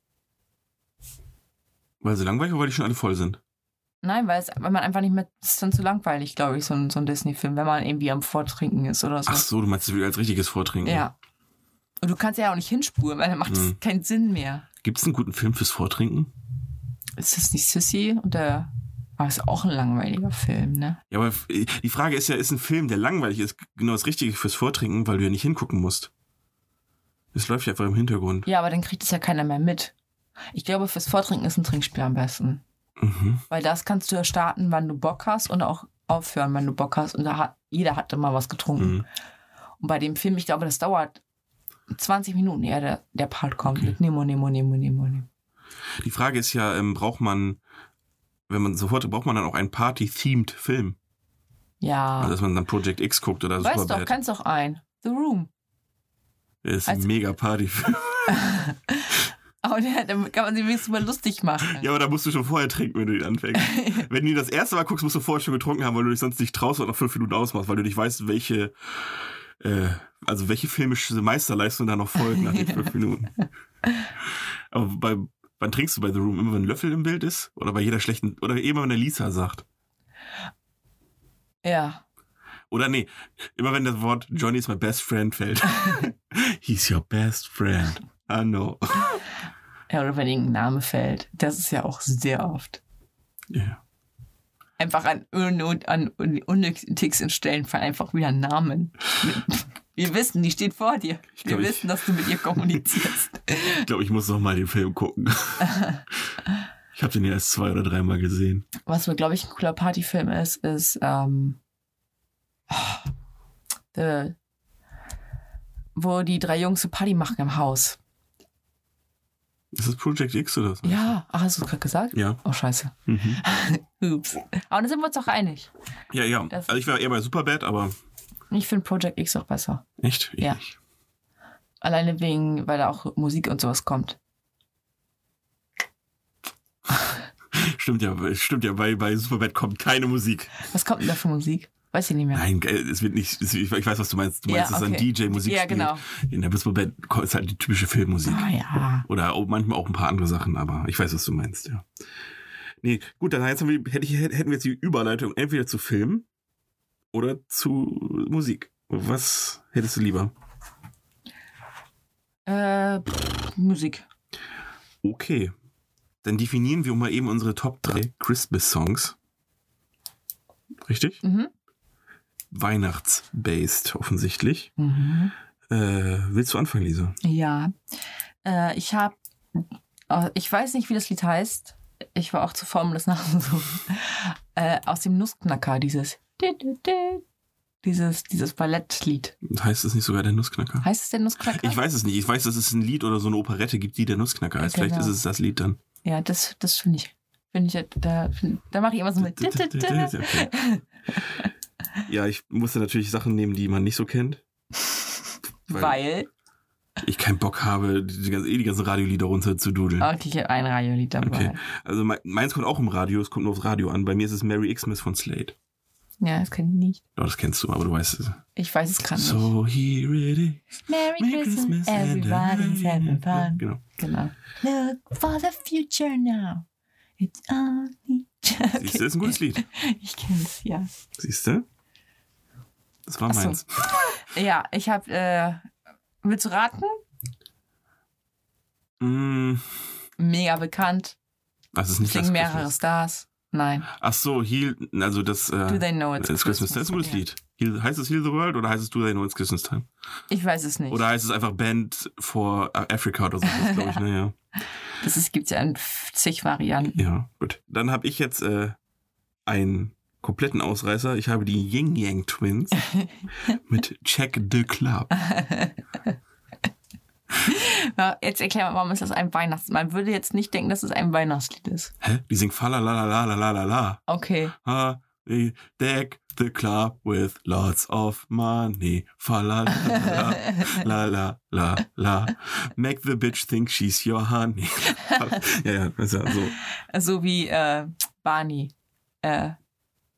Weil sie langweilig war, weil die schon alle voll sind. Nein, weil es, weil man einfach nicht mehr, es ist dann zu langweilig, glaube ich, so ein, so ein Disney-Film, wenn man irgendwie am Vortrinken ist oder so. Ach so, du meinst, sie will als richtiges Vortrinken. Ja. Und du kannst ja auch nicht hinspulen, weil dann macht es Hm. keinen Sinn mehr. Gibt es einen guten Film fürs Vortrinken? Ist das nicht Sissy? Und der, aber ist auch ein langweiliger Film, ne? Ja, aber f- die Frage ist ja, ist ein Film, der langweilig ist, genau das Richtige fürs Vortrinken, weil du ja nicht hingucken musst. Es läuft ja einfach im Hintergrund. Ja, aber dann kriegt es ja keiner mehr mit. Ich glaube, fürs Vortrinken ist ein Trinkspiel am besten. Mhm. Weil das kannst du ja starten, wann du Bock hast und auch aufhören, wann du Bock hast. Und da hat, jeder hat immer was getrunken. Mhm. Und bei dem Film, ich glaube, das dauert 20 Minuten, ehe der, der Part kommt mit Nemo, Nemo, Nemo, Nemo, Nemo. Die Frage ist ja, ähm, braucht man, wenn man sofort, braucht man dann auch einen Party-themed Film? Ja. Also, dass man dann Project X guckt oder Ah. weißt doch, Superbad. kannst doch ein. The Room. Das ist ein als- mega Party-Film. Aber der, damit kann man sich wenigstens mal lustig machen. Ja, aber da musst du schon vorher trinken, wenn du ihn anfängst. wenn du ihn das erste Mal guckst, musst du vorher schon getrunken haben, weil du dich sonst nicht traust und nach fünf Minuten ausmachst, weil du nicht weißt, welche, äh, also welche filmische Meisterleistung da noch folgt nach den fünf Minuten. Aber bei, wann trinkst du bei The Room? Immer wenn ein Löffel im Bild ist? Oder bei jeder schlechten, oder immer wenn der Lisa sagt? Ja. Oder nee, immer wenn das Wort Johnny is my best friend fällt. He's your best friend. I know. ja. Oder wenn irgendein Name fällt. Das ist ja auch sehr oft. Ja. Einfach an, un, an un, unnötigsten Stellen fallen einfach wieder Namen. Wir wissen, die steht vor dir. Ich Wir glaub, ich- wissen, dass du mit ihr kommunizierst. Ich glaube, ich muss noch mal den Film gucken. ich habe den ja erst zwei oder dreimal gesehen. Was mir, glaube ich, ein cooler Partyfilm ist, ist ähm, the, wo die drei Jungs so Party machen im Haus. Ist das Project X oder was? Ja, ach, Ah, hast du gerade gesagt? Ja. Oh, scheiße. Mhm. Ups. Aber dann sind wir uns doch einig. Ja, ja. Das- Also ich war eher bei Superbad, aber Ich finde Project X auch besser. echt? Ich Ja. nicht. Alleine wegen, weil da auch Musik und sowas kommt. Stimmt ja, stimmt ja, bei, bei Superbad kommt keine Musik. Was kommt denn da für Musik? Weiß ich nicht mehr. Nein, äh, es wird nicht, es- ich weiß, was du meinst. Du Ja, meinst, dass okay. ein DJ Musik Ja, spielt. genau. In der Superbad ist halt die typische Filmmusik. Ah ja. Oder auch manchmal auch ein paar andere Sachen, aber ich weiß, was du meinst, ja. Nee, gut, dann jetzt haben wir, hätte ich, hätten wir jetzt die Überleitung entweder zu Film oder zu Musik. Was hättest du lieber? Äh, pff, Musik. Okay. Dann definieren wir mal eben unsere Top 3 Christmas-Songs. Richtig? Mhm. Weihnachts-based offensichtlich. Mhm. Äh, willst du anfangen, Lisa? Ja. Äh, ich habe, ich weiß nicht, wie das Lied heißt. Ich war auch zu faul, um das nachzusuchen. äh, aus dem Nussknacker, dieses. Dieses, dieses Ballettlied. Heißt es nicht sogar der Nussknacker? Heißt es denn Nussknacker? Ich weiß es nicht. Ich weiß, dass es ein Lied oder so eine Operette gibt, die der Nussknacker heißt. Vielleicht Genau. ist es das Lied dann. Ja, das, das finde ich. Finde ich, da, da mache ich immer so mit. Okay. Ja, ich musste natürlich Sachen nehmen, die man nicht so kennt. Weil ich keinen Bock habe, die, die ganzen, eh die ganzen Radiolieder runter zu dudeln. Okay, ich habe ein Radiolied dabei. Okay. Also me- meins kommt auch im Radio, es kommt nur aufs Radio an. Bei mir ist es Merry Xmas von Slade. Ja, das kann ich nicht. Oh, das kennst du, aber du weißt es. Ich weiß es gerade nicht. So here it is. Merry Christmas, everybody's having fun. Genau. Genau. Look for the future now. It's only... Okay. Siehst du, ist ein gutes Lied. Ich kenne es, ja. Siehst du? Das war Ach so. meins. Ja, ich habe... Äh, willst du raten? Mm, Mega bekannt. das ist nicht Klingen Last mehrere Stars. Nein. Christmas. Ach so, Heal, also das äh, Do they know it's It's Christmas. Das ist ein gutes Ja. Lied. Heal, heißt es Heal the World oder heißt es Do They Know It's Christmas Time? Ich weiß es nicht. Oder heißt es einfach Band for äh, Africa oder so, glaube ich. ne? Naja. das gibt ja in zig Varianten. Ja, gut. Dann habe ich jetzt äh, einen kompletten Ausreißer. Ich habe die Ying Yang Twins mit Check the Club. Ja, jetzt erklär mal, warum ist das ein Weihnachts... Man würde jetzt nicht denken, dass es ein Weihnachtslied ist. Hä? Die singen Fala la la la la la la Okay. la. Deck the club with lots of money. Fala la la la la la. Make the bitch think she's your honey. ja, ja, ist ja so. So wie äh, Barney äh,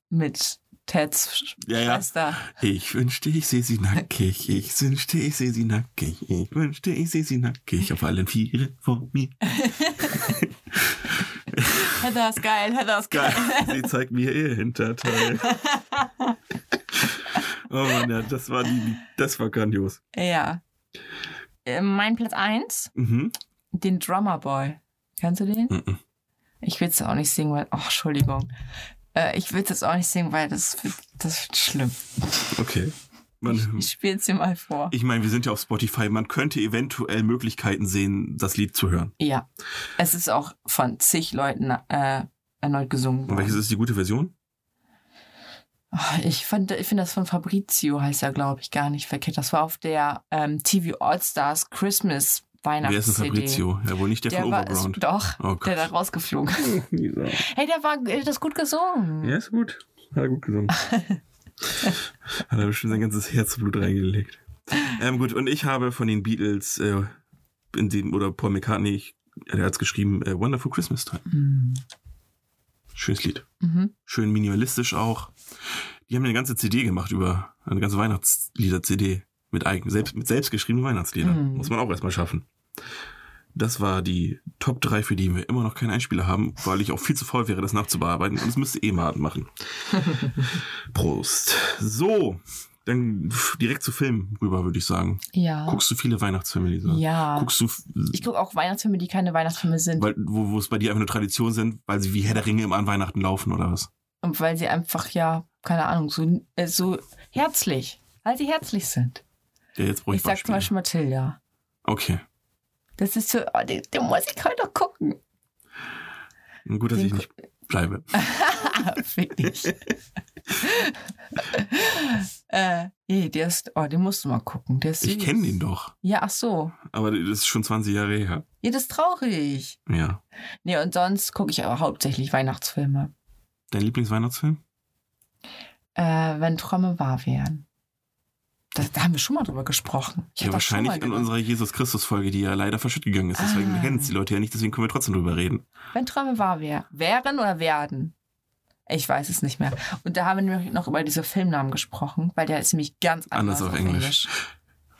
mit Teds Ja, ja. Schwester. Ich wünschte, ich sehe sie nackig. Ich wünschte, ich sehe sie nackig. Ich wünschte, ich sehe sie nackig. Auf allen Vieren vor mir. Heather ist geil, Heather ist Geil. geil. Sie zeigt mir ihr Hinterteil. Oh Mann, ja, das war die, das war grandios. Ja. Äh, mein Platz 1, Mhm. den Drummer Boy. Kennst du den? Mhm. Ich will es auch nicht singen, weil. Ach, Entschuldigung. Äh, ich will es jetzt auch nicht singen, weil das wird, das wird schlimm. Okay. Man, Ich spiele es dir mal vor. ich meine, wir sind ja auf Spotify. Man könnte eventuell Möglichkeiten sehen, das Lied zu hören. Ja. Es ist auch von zig Leuten äh, erneut gesungen Und welches worden. ist die gute Version? Ah, Ich finde ich find das von Fabrizio, heißt er, glaube ich, gar nicht verkehrt. Das war auf der ähm, TV All-Stars Christmas Weihnachts-CD. Wer ist denn Fabrizio? Ja, wohl nicht der, Der von war, Overground. doch, Oh Gott. der da rausgeflogen ist. Hey, der war, der hat das gut gesungen. Ja, ist gut. Hat er gut gesungen. Hat er bestimmt sein ganzes Herzblut reingelegt. Ähm, gut, und ich habe von den Beatles, äh, in dem, oder Paul McCartney, ich, der hat es geschrieben, äh, Wonderful Christmas Time. Mhm. Schönes Lied. Mhm. Schön minimalistisch auch. Die haben eine ganze CD gemacht über eine ganze Weihnachtslieder-CD mit eigen, selbst, mit selbstgeschriebenen Weihnachtsliedern. Mhm. Muss man auch erstmal schaffen. Das war die Top 3, für die wir immer noch keinen Einspieler haben, weil ich auch viel zu voll wäre, das nachzubearbeiten. Und das müsste eh Martin machen. Prost. So, dann f- direkt zu Film rüber, würde ich sagen. Ja. Guckst du viele Weihnachtsfilme, Lisa? Ah. ja. Guckst du, f- ich gucke auch Weihnachtsfilme, die keine Weihnachtsfilme sind. weil, wo, wo es bei dir einfach eine Tradition sind, weil sie wie Herr der Ringe immer an Weihnachten laufen oder was? Und weil sie einfach, ja, keine Ahnung, so, äh, so herzlich, weil sie herzlich sind. Ja, jetzt brauche ich Ich sag zum Beispiele. Beispiel Matilda. Okay. Das ist so, oh, den, den muss ich heute noch gucken. Gut, dass Den ich nicht bleibe. Fick dich. äh, nee, der ist, oh, den musst du mal gucken. Der ist Ich süß. kenne ihn doch, Ja, ach so. aber das ist schon 20 Jahre her. Ja, das ist traurig. Ja. Nee, und sonst gucke ich aber hauptsächlich Weihnachtsfilme. Dein Lieblingsweihnachtsfilm? Äh, wenn Träume wahr wären. Da, da haben wir schon mal drüber gesprochen. Ich hab Ja, das schon mal wahrscheinlich in gehört. unserer Jesus Christus-Folge, die ja leider verschütt gegangen ist. Deswegen Ah. kennen es die Leute ja nicht, deswegen können wir trotzdem drüber reden. Wenn Träume wahr wär, wären oder werden? Ich weiß es nicht mehr. Und da haben wir nämlich noch über diese Filmnamen gesprochen, weil der ist nämlich ganz anders, Anders auf Englisch.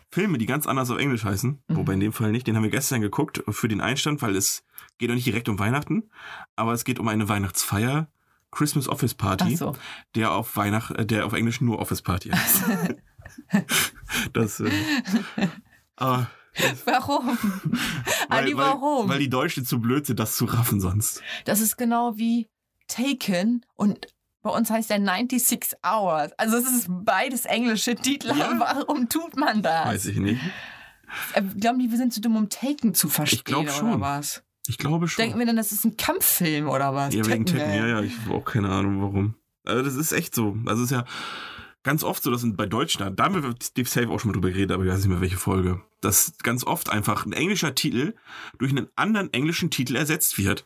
Filme, die ganz anders auf Englisch heißen, Mhm. wobei in dem Fall nicht, den haben wir gestern geguckt für den Einstand, weil es geht doch nicht direkt um Weihnachten, aber es geht um eine Weihnachtsfeier, Christmas Office Ach Party, so. der auf Weihnacht, äh, der auf Englisch nur Office Party heißt. das, äh, ah, Warum? Ali, warum? Weil die Deutschen zu blöd sind, das zu raffen sonst. das ist genau wie Taken und bei uns heißt der 96 Hours. Also es ist beides englische Titel. Ja. Warum tut man das? Weiß ich nicht. Äh, Glauben die, wir sind zu dumm, um Taken zu verstehen glaub schon. oder was? Ich glaube schon. Denken wir dann, das ist ein Kampffilm oder was? ja, wegen Tippen. Taken, Ja, ey. ja, ich habe auch keine Ahnung, warum. Also das ist echt so. Also es ist ja ganz oft so, dass bei Deutschland, da haben wir Steve Safe auch schon mal drüber geredet, aber ich weiß nicht mehr, welche Folge, dass ganz oft einfach ein englischer Titel durch einen anderen englischen Titel ersetzt wird.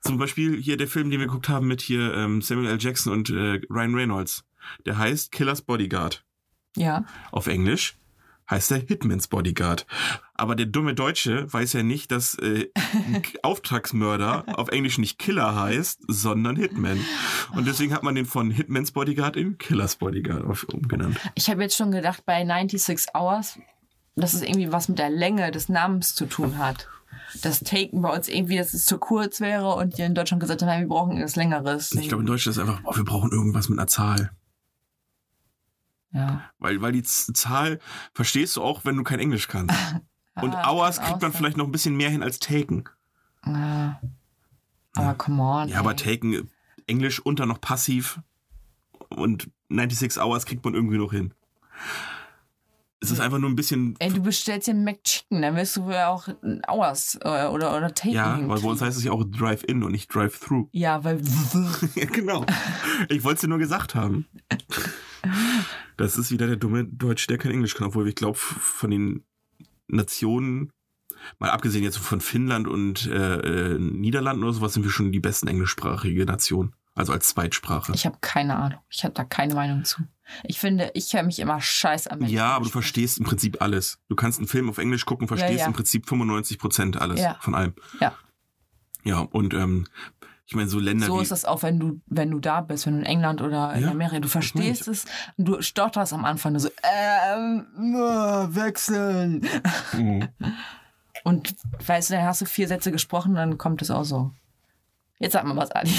Zum Beispiel hier der Film, den wir geguckt haben mit hier ähm, Samuel L. Jackson und äh, Ryan Reynolds. Der heißt Killer's Bodyguard. ja. auf Englisch. heißt er Hitmans Bodyguard. Aber der dumme Deutsche weiß ja nicht, dass äh, Auftragsmörder auf Englisch nicht Killer heißt, sondern Hitman. Und deswegen hat man den von Hitmans Bodyguard in Killers Bodyguard auf- um, umgenannt. Ich habe jetzt schon gedacht, bei 96 Hours, dass es irgendwie was mit der Länge des Namens zu tun hat. Das Taken bei uns irgendwie, dass es zu kurz wäre und hier in Deutschland gesagt haben, wir brauchen etwas Längeres. Also Ich glaube, in Deutschland ist einfach, boah, wir brauchen irgendwas mit einer Zahl. ja. Weil, weil die Z- Zahl verstehst du auch, wenn du kein Englisch kannst. Und Ah, das Hours kann kriegt man auch vielleicht noch ein bisschen mehr hin als Taken. Ja. Ah. Aber come on. Ja, aber ey. Taken, äh, Englisch unter noch passiv und 96 Hours kriegt man irgendwie noch hin. Es ist einfach nur ein bisschen. Ey, du bestellst dir einen McChicken, dann wirst du wohl auch ein Hours äh, oder, oder Taken. Ja, weil bei uns hinkriegen. heißt es ja auch Drive-In und nicht Drive-Through. ja, weil. ja, genau. Ich wollte es dir nur gesagt haben. Das ist wieder der dumme Deutsche, der kein Englisch kann, obwohl ich glaube, von den Nationen, mal abgesehen jetzt von Finnland und äh, äh, Niederlanden oder sowas, sind wir schon die besten englischsprachige Nation. Also als Zweitsprache. Ich habe keine Ahnung. Ich habe da keine Meinung zu. Ich finde, ich höre mich immer scheiß an. wenn Ja, ich aber du spreche. verstehst im Prinzip alles. Du kannst einen Film auf Englisch gucken, verstehst ja. im Prinzip 95 Prozent alles Ja. von allem. Ja. Ja, und ähm, ich meine, so Länder So wie. ist das auch, wenn du, wenn du da bist, wenn du in England oder in Ja, Amerika, du meine ich. verstehst es und du stotterst am Anfang nur so, ähm, äh, wechseln. Mhm. Und weißt du, dann hast du vier Sätze gesprochen, dann kommt es auch so. Jetzt sag mal was, Ali.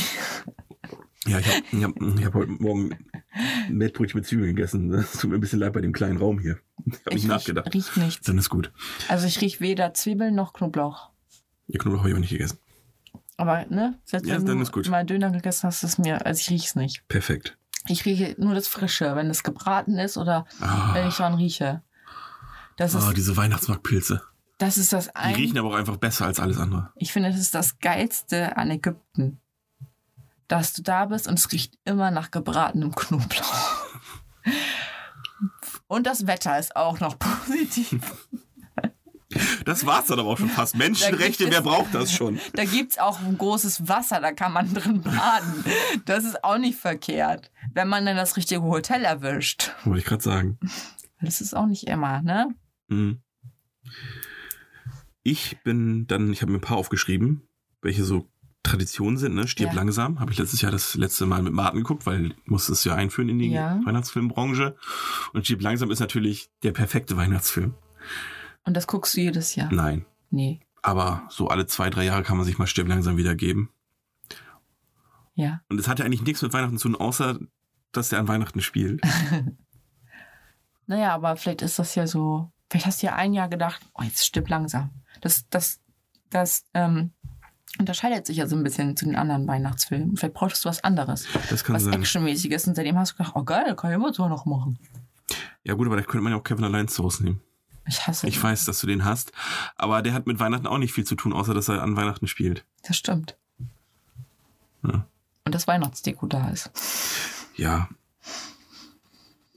Ja, ich habe ich hab, ich hab heute Morgen Mettbrötchen mit Zwiebeln gegessen. Das tut mir ein bisschen leid bei dem kleinen Raum hier. Ich habe Ich nicht riech- nachgedacht. riech nichts. Dann ist gut. Also ich riech weder Zwiebeln noch Knoblauch. Ihr Knoblauch habe ich aber nicht gegessen. Aber, ne? Selbst Ja, wenn dann du ist gut. mal Döner gegessen hast, ist mir, also ich riech's nicht. Perfekt. Ich rieche nur das Frische, wenn es gebraten ist oder wenn Ah, ich dran rieche. Das ist, ah, diese Weihnachtsmarktpilze. das ist das Die eine. riechen aber auch einfach besser als alles andere. Ich finde, das ist das Geilste an Ägypten. Dass du da bist und es riecht immer nach gebratenem Knoblauch. Und das Wetter ist auch noch positiv. Das war's dann aber auch schon fast. Menschenrechte, es- wer braucht das schon? Da gibt es auch ein großes Wasser, da kann man drin baden. Das ist auch nicht verkehrt. Wenn man dann das richtige Hotel erwischt. Wollte ich gerade sagen. Das ist auch nicht immer, ne? Mhm. Ich bin dann, ich habe mir ein paar aufgeschrieben, welche so Traditionen sind, ne? Stirb Ja. langsam. Habe ich letztes Jahr das letzte Mal mit Martin geguckt, weil ich musste es ja einführen in die Ja. Weihnachtsfilmbranche. Und Stirb langsam ist natürlich der perfekte Weihnachtsfilm. Und das guckst du jedes Jahr. Nein. Nee. Aber so alle zwei, drei Jahre kann man sich mal Stirb langsam wiedergeben. Ja. Und es hatte eigentlich nichts mit Weihnachten zu tun, außer dass der an Weihnachten spielt. Naja, aber vielleicht ist das ja so. Vielleicht hast du ja ein Jahr gedacht, oh, jetzt stirb langsam. Das, das, das ähm, unterscheidet sich ja so ein bisschen zu den anderen Weihnachtsfilmen. Vielleicht brauchst du was anderes, Das kann was sein. Actionmäßiges. Und seitdem hast du gedacht, oh geil, kann ich immer so noch machen. Ja gut, aber da könnte man ja auch Kevin allein zu Hause nehmen. Ich hasse Ich das. weiß, dass du den hast. Aber der hat mit Weihnachten auch nicht viel zu tun, außer dass er an Weihnachten spielt. Das stimmt. Ja. Und das Weihnachtsdeko da ist. Ja.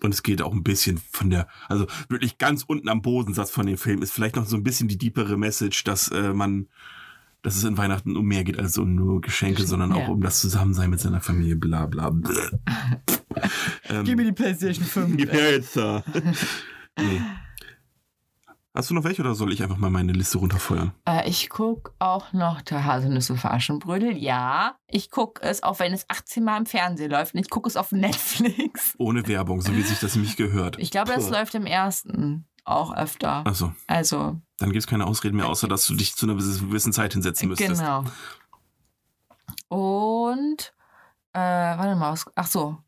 Und es geht auch ein bisschen von der, also wirklich ganz unten am Bodensatz von dem Film ist vielleicht noch so ein bisschen die deepere Message, dass äh, man, dass es in Weihnachten um mehr geht als um nur Geschenke, sondern auch Ja. um das Zusammensein mit seiner Familie, bla bla bla. Ähm, Gib mir die PlayStation 5. Gib her jetzt da. nee. Hast du noch welche oder soll ich einfach mal meine Liste runterfeuern? Äh, ich guck auch noch der Haselnüsse für Aschenbrödel. Ja, ich guck es, auch wenn es 18 Mal im Fernsehen läuft. Und ich guck es auf Netflix. Ohne Werbung, so wie sich das mich gehört. Ich glaube, das Puh. läuft im ersten auch öfter. Achso, Also, dann gibt's keine Ausreden mehr, außer dass du dich zu einer gewissen Zeit hinsetzen müsstest. genau. Und, äh, warte mal, was, ach so,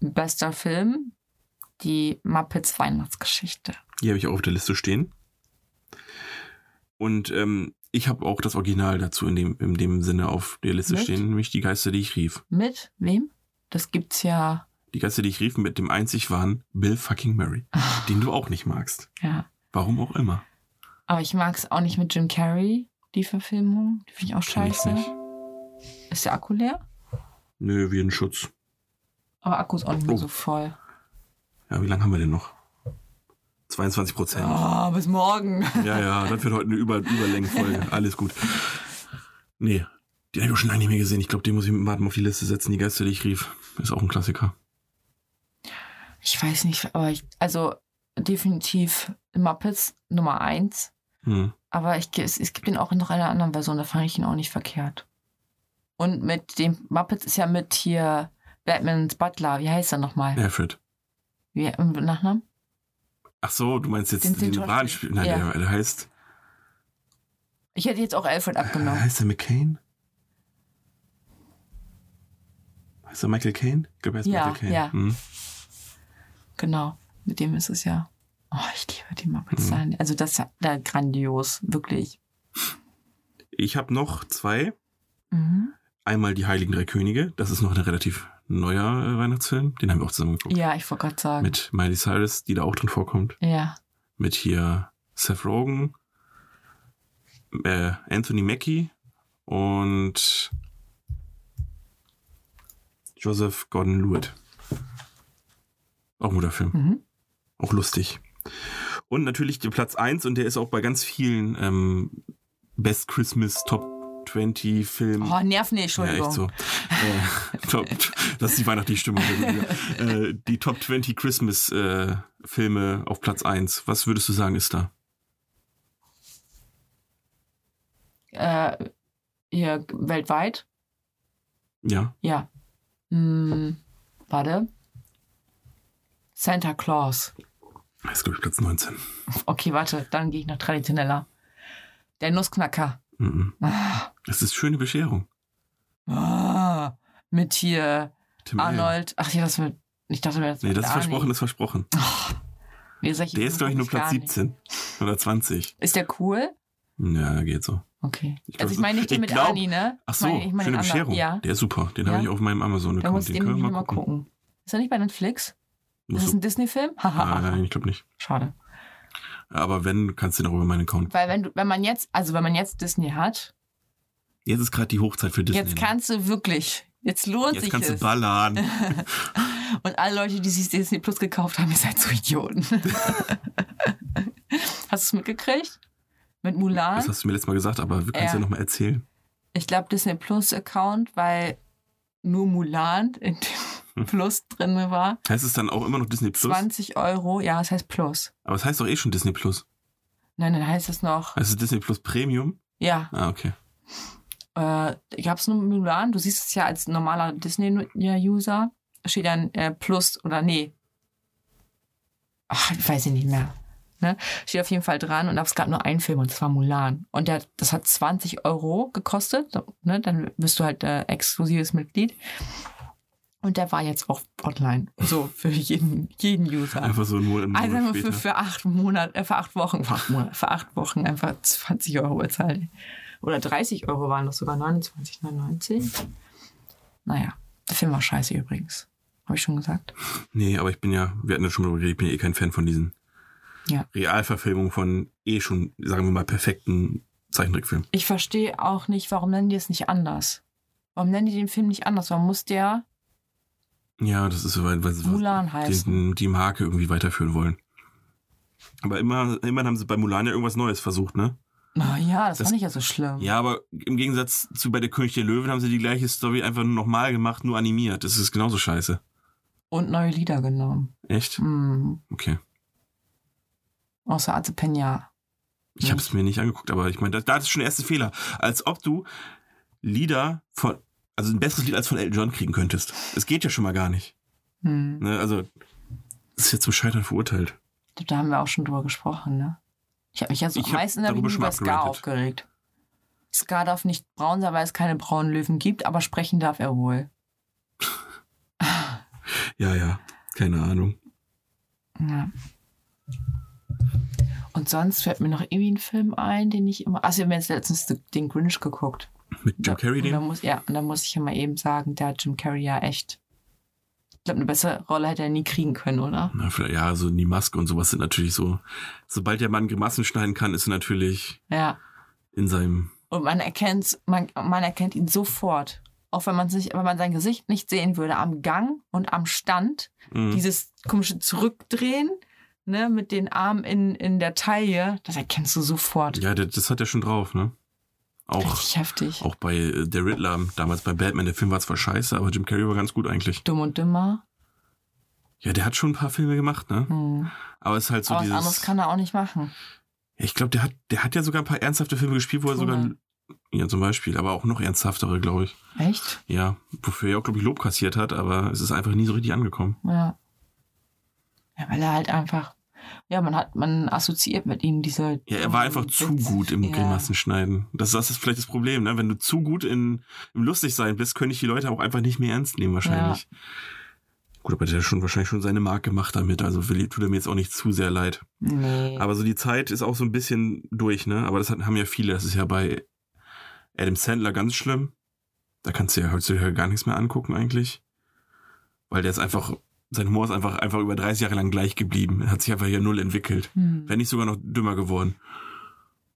bester Film, die Muppets Weihnachtsgeschichte. Die habe ich auch auf der Liste stehen. Und ähm, ich habe auch das Original dazu in dem, in dem Sinne auf der Liste Echt? stehen, nämlich die Geister, die ich rief. Mit wem? Das gibt's ja, Die Geister, die ich rief, mit dem einzig waren Bill fucking Murray, Ah. den du auch nicht magst. ja. Warum auch immer. Oh, Aber ich mag's auch nicht mit Jim Carrey, die Verfilmung. Die finde ich auch Kenn ich nicht. scheiße. Ist der Akku leer? Nö, wie ein Schutz. Aber Akku ist auch nicht mehr Oh. so voll. Ja, wie lange haben wir denn noch? 22 Prozent. Oh, bis morgen. Ja, ja, das wird heute eine Über Überlängenfolge. Alles gut. Nee, den habe ich auch schon lange nicht mehr gesehen. Ich glaube, den muss ich mit Martin auf die Liste setzen. Die Geister, die ich rief, ist auch ein Klassiker. Ich weiß nicht, aber ich, also definitiv Muppets Nummer eins. Hm. Aber ich, ge- es, es gibt ihn auch in noch einer anderen Version, da fand ich ihn auch nicht verkehrt. Und mit dem Muppets ist ja mit hier Batmans Butler, wie heißt er nochmal? Alfred. Wie im Nachnamen? Ach so, du meinst jetzt Den- den, den Schauspieler. wahren Spiel. Nein, Ja. der, der heißt. Äh, Ich hätte jetzt auch Alfred abgenommen. Heißt er McCain? Heißt er Michael Caine? Ich glaube, er ist Ja, Michael Caine. ja. Hm. Genau, mit dem ist es ja. Oh, ich liebe die Muppets. Mhm. Dann. Also das ist ja da grandios, wirklich. Ich habe noch zwei. Mhm. Einmal die Heiligen Drei Könige. Das ist noch ein relativ neuer äh, Weihnachtsfilm. Den haben wir auch zusammen geguckt. Ja, ich wollte gerade sagen. Mit Miley Cyrus, die da auch drin vorkommt. Ja. Mit hier Seth Rogen, äh, Anthony Mackie und Joseph Gordon-Lewitt. Auch ein guter Film. Mhm. Auch lustig. Und natürlich der Platz 1 und der ist auch bei ganz vielen ähm, Best Christmas Top 20 Filmen. Oh, nerv nicht, Entschuldigung. Ja, echt so. äh, top, das ist die weihnachtliche Stimmung. äh, die Top 20 Christmas äh, Filme auf Platz 1. Was würdest du sagen, ist da? äh, hier weltweit. Ja. Ja. Hm, warte. Santa Claus. Das ist, glaube ich, Platz 19. Okay, warte, dann gehe ich nach traditioneller. Der Nussknacker. Mhm. Ah, Das ist schöne Bescherung. ah, mit hier Tim Allen. Arnold. Ach ja, das wird. Ich dachte mir, das Nee, wird das ist Arnie. versprochen, das ist versprochen. Nee, sag ich Der ist, glaube ich, nur gar Platz nicht. 17 oder 20. Ist der cool? Ja, geht so. Okay. Ich glaub, also ich so- meine nicht den ich mit glaub- Arnie, ne? Ach Ich so, meine- ich meine schöne den anderen. Bescherung. Ja, Der ist super. Den Ja? habe ich auf meinem da muss Amazon-Account. ich Den den können wir nämlich mal mal gucken. gucken. Ist er nicht bei Netflix? Musst Ist das du- ein Disney-Film? Haha. Nein, ich glaube nicht. Schade. Aber wenn, kannst du den auch über meinen Account. Weil wenn du, wenn man jetzt, also wenn man jetzt Disney hat, Jetzt ist gerade die Hochzeit für Disney. jetzt kannst du wirklich, jetzt lohnt Jetzt sich kannst du es. ballern. Und alle Leute, die sich Disney Plus gekauft haben, ihr seid so Idioten. Hast du es mitgekriegt? Mit Das Mulan? hast du mir letztes Mal gesagt, aber wir können es Ja. ja, noch nochmal erzählen. Ich glaube Disney Plus Account, weil nur Mulan in dem Plus drin war. Heißt es dann auch immer noch Disney Hm. Plus? 20 Euro, ja, es heißt Plus. Aber es heißt doch eh schon Disney Plus. Nein, dann heißt es noch, Heißt es Disney Plus Premium? ja, Ah, okay. äh, gab es nur Mulan? Du siehst es ja als normaler Disney-User. Steht dann äh, Plus oder nee. Ach, ich weiß ich nicht mehr. Ne? Steht auf jeden Fall dran und es gab nur einen Film und das war Mulan. Und der, das hat 20 Euro gekostet. So, Ne? Dann bist du halt äh, exklusives Mitglied. Und der war jetzt auch online. So, für jeden, jeden User. Einfach so nur im Also haben Monat wir für, später. für acht Monate, äh, für acht Wochen, für acht, Monate, für acht Wochen einfach 20 Euro bezahlt. Oder 30 Euro waren das sogar 29,99. Naja, der Film war scheiße übrigens. Habe ich schon gesagt. Nee, aber ich bin ja, wir hatten das schon mal geredet, ich bin ja eh kein Fan von diesen Ja. Realverfilmungen von eh schon, sagen wir mal, perfekten Zeichentrickfilmen. Ich verstehe auch nicht, warum nennen die es nicht anders? Warum nennen die den Film nicht anders? Warum muss der Ja, das ist so, weil, weil sie Mulan heißen? die, die Marke irgendwie weiterführen wollen. Aber immer, immerhin haben sie bei Mulan ja irgendwas Neues versucht, ne? Naja, das, das Das- fand ich ja so schlimm. Ja, aber im Gegensatz zu bei der König der Löwen haben sie die gleiche Story einfach nur nochmal gemacht, nur animiert. Das ist genauso scheiße. Und neue Lieder genommen. Echt? Hm. Okay. Außer Aze Penya. Ich habe es mir nicht angeguckt, aber ich meine, da, da ist schon der erste Fehler. Als ob du Lieder von, also ein besseres Lied als von Elton John kriegen könntest. Es geht ja schon mal gar nicht. Hm. Ne? Also, das ist ja zum Scheitern verurteilt. Ich glaub, Da haben wir auch schon drüber gesprochen, ne? Ich habe mich jetzt Ich am hab meisten hab ich darüber mich schon mal über Ska abgeratet. aufgeregt. Ska darf nicht braun sein, weil es keine braunen Löwen gibt, aber sprechen darf er wohl. Ja, ja. Keine Ahnung. Ja. Und sonst fällt mir noch irgendwie ein Film ein, den ich immer. Ach, wir haben jetzt letztens den Grinch geguckt. Mit Jim Carrey und da den? muss, Ja, und da muss ich ja mal eben sagen, der hat Jim Carrey ja echt. Ich glaube, eine bessere Rolle hätte er nie kriegen können, oder? Na, vielleicht, ja, so die Maske und sowas sind natürlich so. Sobald der Mann Grimassen schneiden kann, ist er natürlich Ja. in seinem. Und man erkennt, man, man erkennt ihn sofort. Auch wenn man sich, wenn man sein Gesicht nicht sehen würde, am Gang und am Stand, Mhm. dieses komische Zurückdrehen, ne, mit den Armen in, in der Taille, das erkennst du sofort. Ja, das, das hat er schon drauf, ne? Auch, Richtig heftig. auch bei äh, der Riddler, damals bei Batman, der Film war zwar scheiße, aber Jim Carrey war ganz gut eigentlich. Dumm und dümmer. Ja, der hat schon ein paar Filme gemacht, ne? Hm. Aber es ist halt so Aber was anderes dieses. kann er auch nicht machen. Ja, ich glaube, der hat, der hat ja sogar ein paar ernsthafte Filme gespielt, wo er sogar. Cool. Ja, zum Beispiel, aber auch noch ernsthaftere, glaube ich. Echt? Ja, wofür er auch, glaube ich, Lob kassiert hat, aber es ist einfach nie so richtig angekommen. Ja. Ja, weil er halt einfach. Ja, man hat, man assoziiert mit ihm diese. Ja, er war einfach zu Witz- gut im ja. Grimassenschneiden. Das, das ist vielleicht das Problem, ne? Wenn du zu gut in, im Lustigsein bist, können dich die Leute auch einfach nicht mehr ernst nehmen, wahrscheinlich. Gut, aber der hat schon wahrscheinlich schon seine Marke gemacht damit. Also will- tut er mir jetzt auch nicht zu sehr leid. Nee. Aber so die Zeit ist auch so ein bisschen durch, ne? Aber das hat, haben ja viele. Das ist ja bei Adam Sandler ganz schlimm. Da kannst du ja heutzutage gar nichts mehr angucken, eigentlich. Weil der ist einfach, sein Humor ist einfach, einfach über 30 Jahre lang gleich geblieben. Er hat sich einfach hier null entwickelt hm. wenn nicht sogar noch dümmer geworden.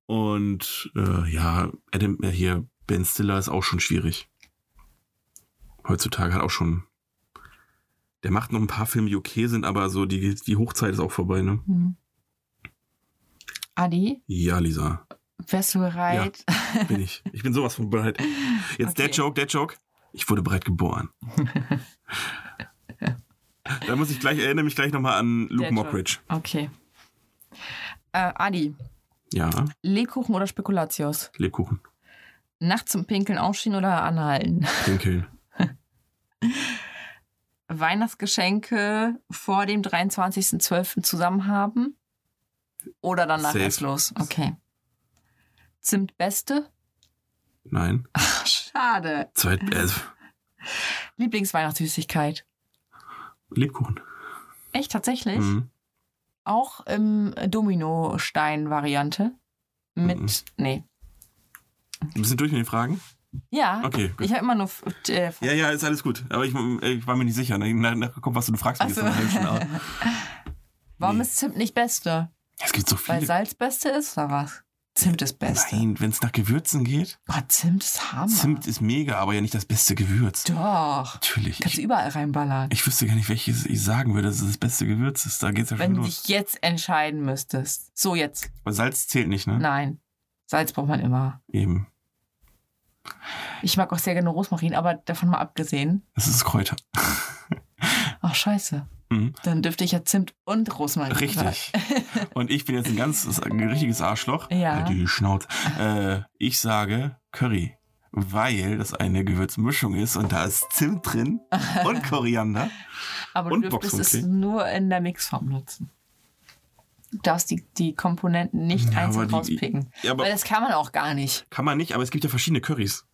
Und äh, ja, Adam, äh, hier Ben Stiller ist auch schon schwierig. Heutzutage hat auch schon. Der macht noch ein paar Filme, die okay sind, aber so die, die Hochzeit ist auch vorbei, ne? Hm. Adi, Ja, Lisa, wärst du bereit? bin ich. Ich bin sowas von bereit. Jetzt der Okay. Joke, der Joke. Ich wurde bereit geboren. da muss ich gleich, erinnere mich gleich nochmal an Luke Der Joke. Mockridge. Okay. Äh, Adi, Ja, Lebkuchen oder Spekulatius? Lebkuchen, Nachts zum Pinkeln aufstehen oder anhalten? Pinkeln. Weihnachtsgeschenke vor dem 23.12. zusammen haben? Oder danach Safe. erst los? Okay. Zimtbeste? Nein. Ach, schade. Zweit, äh, Lieblingsweihnachtssüßigkeit? Lebkuchen. Echt, tatsächlich? Mhm. Auch im Dominostein-Variante? Mit, Mhm. nee. Wir sind durch mit den Fragen? Ja, Okay, gut. ich habe immer nur äh, Ja, ja, ist alles gut. Aber ich, ich war mir nicht sicher. Nach, nach, komm, was du, du fragst mich Ach so. jetzt nach einem schon ab. Warum Nee. ist Zimt nicht Beste? Es gibt so Weil viele. Salz Beste ist oder was? Zimt ist Beste. Nein, wenn es nach Gewürzen geht. Oh, Zimt ist Hammer. Zimt ist mega, aber ja nicht das beste Gewürz. Doch. Natürlich. Kannst du Ich, überall reinballern. ich wüsste gar nicht, welches ich sagen würde, dass es das beste Gewürz ist. Da geht's ja Wenn du schon los. dich jetzt entscheiden müsstest. So jetzt. Weil Salz zählt nicht, ne? Nein. Salz braucht man immer. Eben. Ich mag auch sehr gerne Rosmarin, aber davon mal abgesehen. Das ist Kräuter. Ach, scheiße. Mhm. Dann dürfte ich ja Zimt und Rosmarin. Richtig. Und ich bin jetzt ein ganz ein richtiges Arschloch. Ja. Halt die Schnauze. Äh, ich sage Curry, weil das eine Gewürzmischung ist und da ist Zimt drin und Koriander. Aber du Und dürftest es Boxhornklee. nur in der Mixform nutzen. Du darfst die, die Komponenten nicht Ja, aber einzeln die- rauspicken. Ja, aber Weil das kann man auch gar nicht. kann man nicht, aber es gibt ja verschiedene Currys.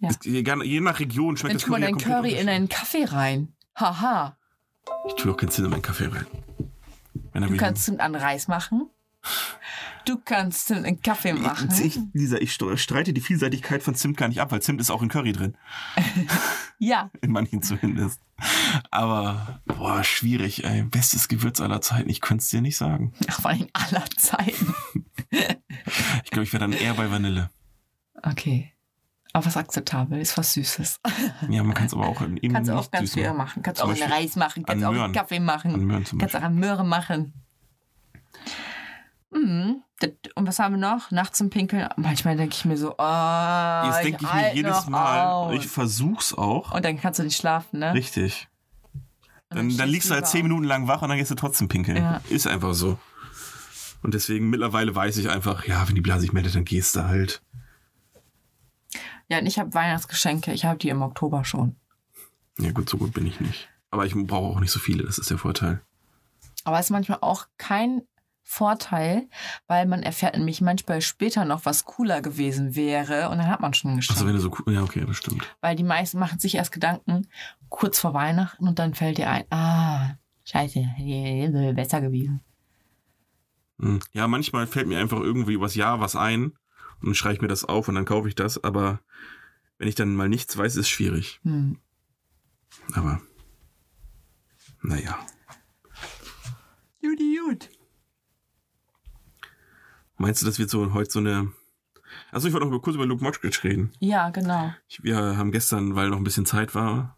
Ja. Es, egal- je nach Region schmeckt Dann das tu mal Curry ja deinen komplett Curry in unterschiedlich. einen Kaffee rein. Haha. Ich tue doch keinen Zimt in meinen Kaffee rein. Wenn er Du will. kannst Zimt an Reis machen. Du kannst Zimt in Kaffee machen. Ich, ich, Lisa, ich sto- streite die Vielseitigkeit von Zimt gar nicht ab, weil Zimt ist auch in Curry drin. Ja, In manchen zumindest. Aber, boah, schwierig, ey. Bestes Gewürz aller Zeiten. Ich könnte es dir nicht sagen. Ach, vor allem aller Zeiten. Ich glaube, ich wäre dann eher bei Vanille. Okay. Aber was akzeptabel ist, was Süßes. Ja, man kann es aber auch in eben Kannst du auch nicht ganz süß viel machen. machen. Kannst Zum auch in Beispiel Reis machen, kannst an auch in Möhren. Kaffee An machen, Möhren zum kannst Beispiel. auch an Möhre machen. Mhm. Das- Und was haben wir noch? Nachts zum Pinkeln. Manchmal denke ich mir so, oh, Jetzt denke ich mir halt jedes noch Mal, aus. ich versuch's auch. und dann kannst du nicht schlafen, ne? Richtig. Und Dann, dann stehst liegst du halt lieber zehn Minuten lang wach und dann gehst du trotzdem pinkeln. Ja. Ist einfach so. Und deswegen mittlerweile weiß ich einfach, ja, wenn die Blase sich meldet, dann gehst du halt. auf. Ja, und ich habe Weihnachtsgeschenke. Ich habe die im Oktober schon. Ja, gut, so gut bin ich nicht. Aber ich brauche auch nicht so viele, das ist der Vorteil. Aber es ist manchmal auch kein Vorteil, weil man erfährt nämlich manchmal später noch, was cooler gewesen wäre und dann hat man schon Also geschafft. wenn du so cool. Ja, okay, das stimmt. Weil die meisten machen sich erst Gedanken kurz vor Weihnachten und dann fällt dir ein, ah, scheiße, hätte wäre besser gewesen. Hm. Ja, manchmal fällt mir einfach irgendwie übers Jahr was ein und dann schreibe ich mir das auf und dann kaufe ich das. Aber wenn ich dann mal nichts weiß, ist schwierig. Hm. Aber naja. Judy, gut. Meinst du, dass wir so heute so eine. Achso, ich wollte noch über- kurz über Luke Mockridge reden. Ja, genau. Ich, wir haben gestern, weil noch ein bisschen Zeit war,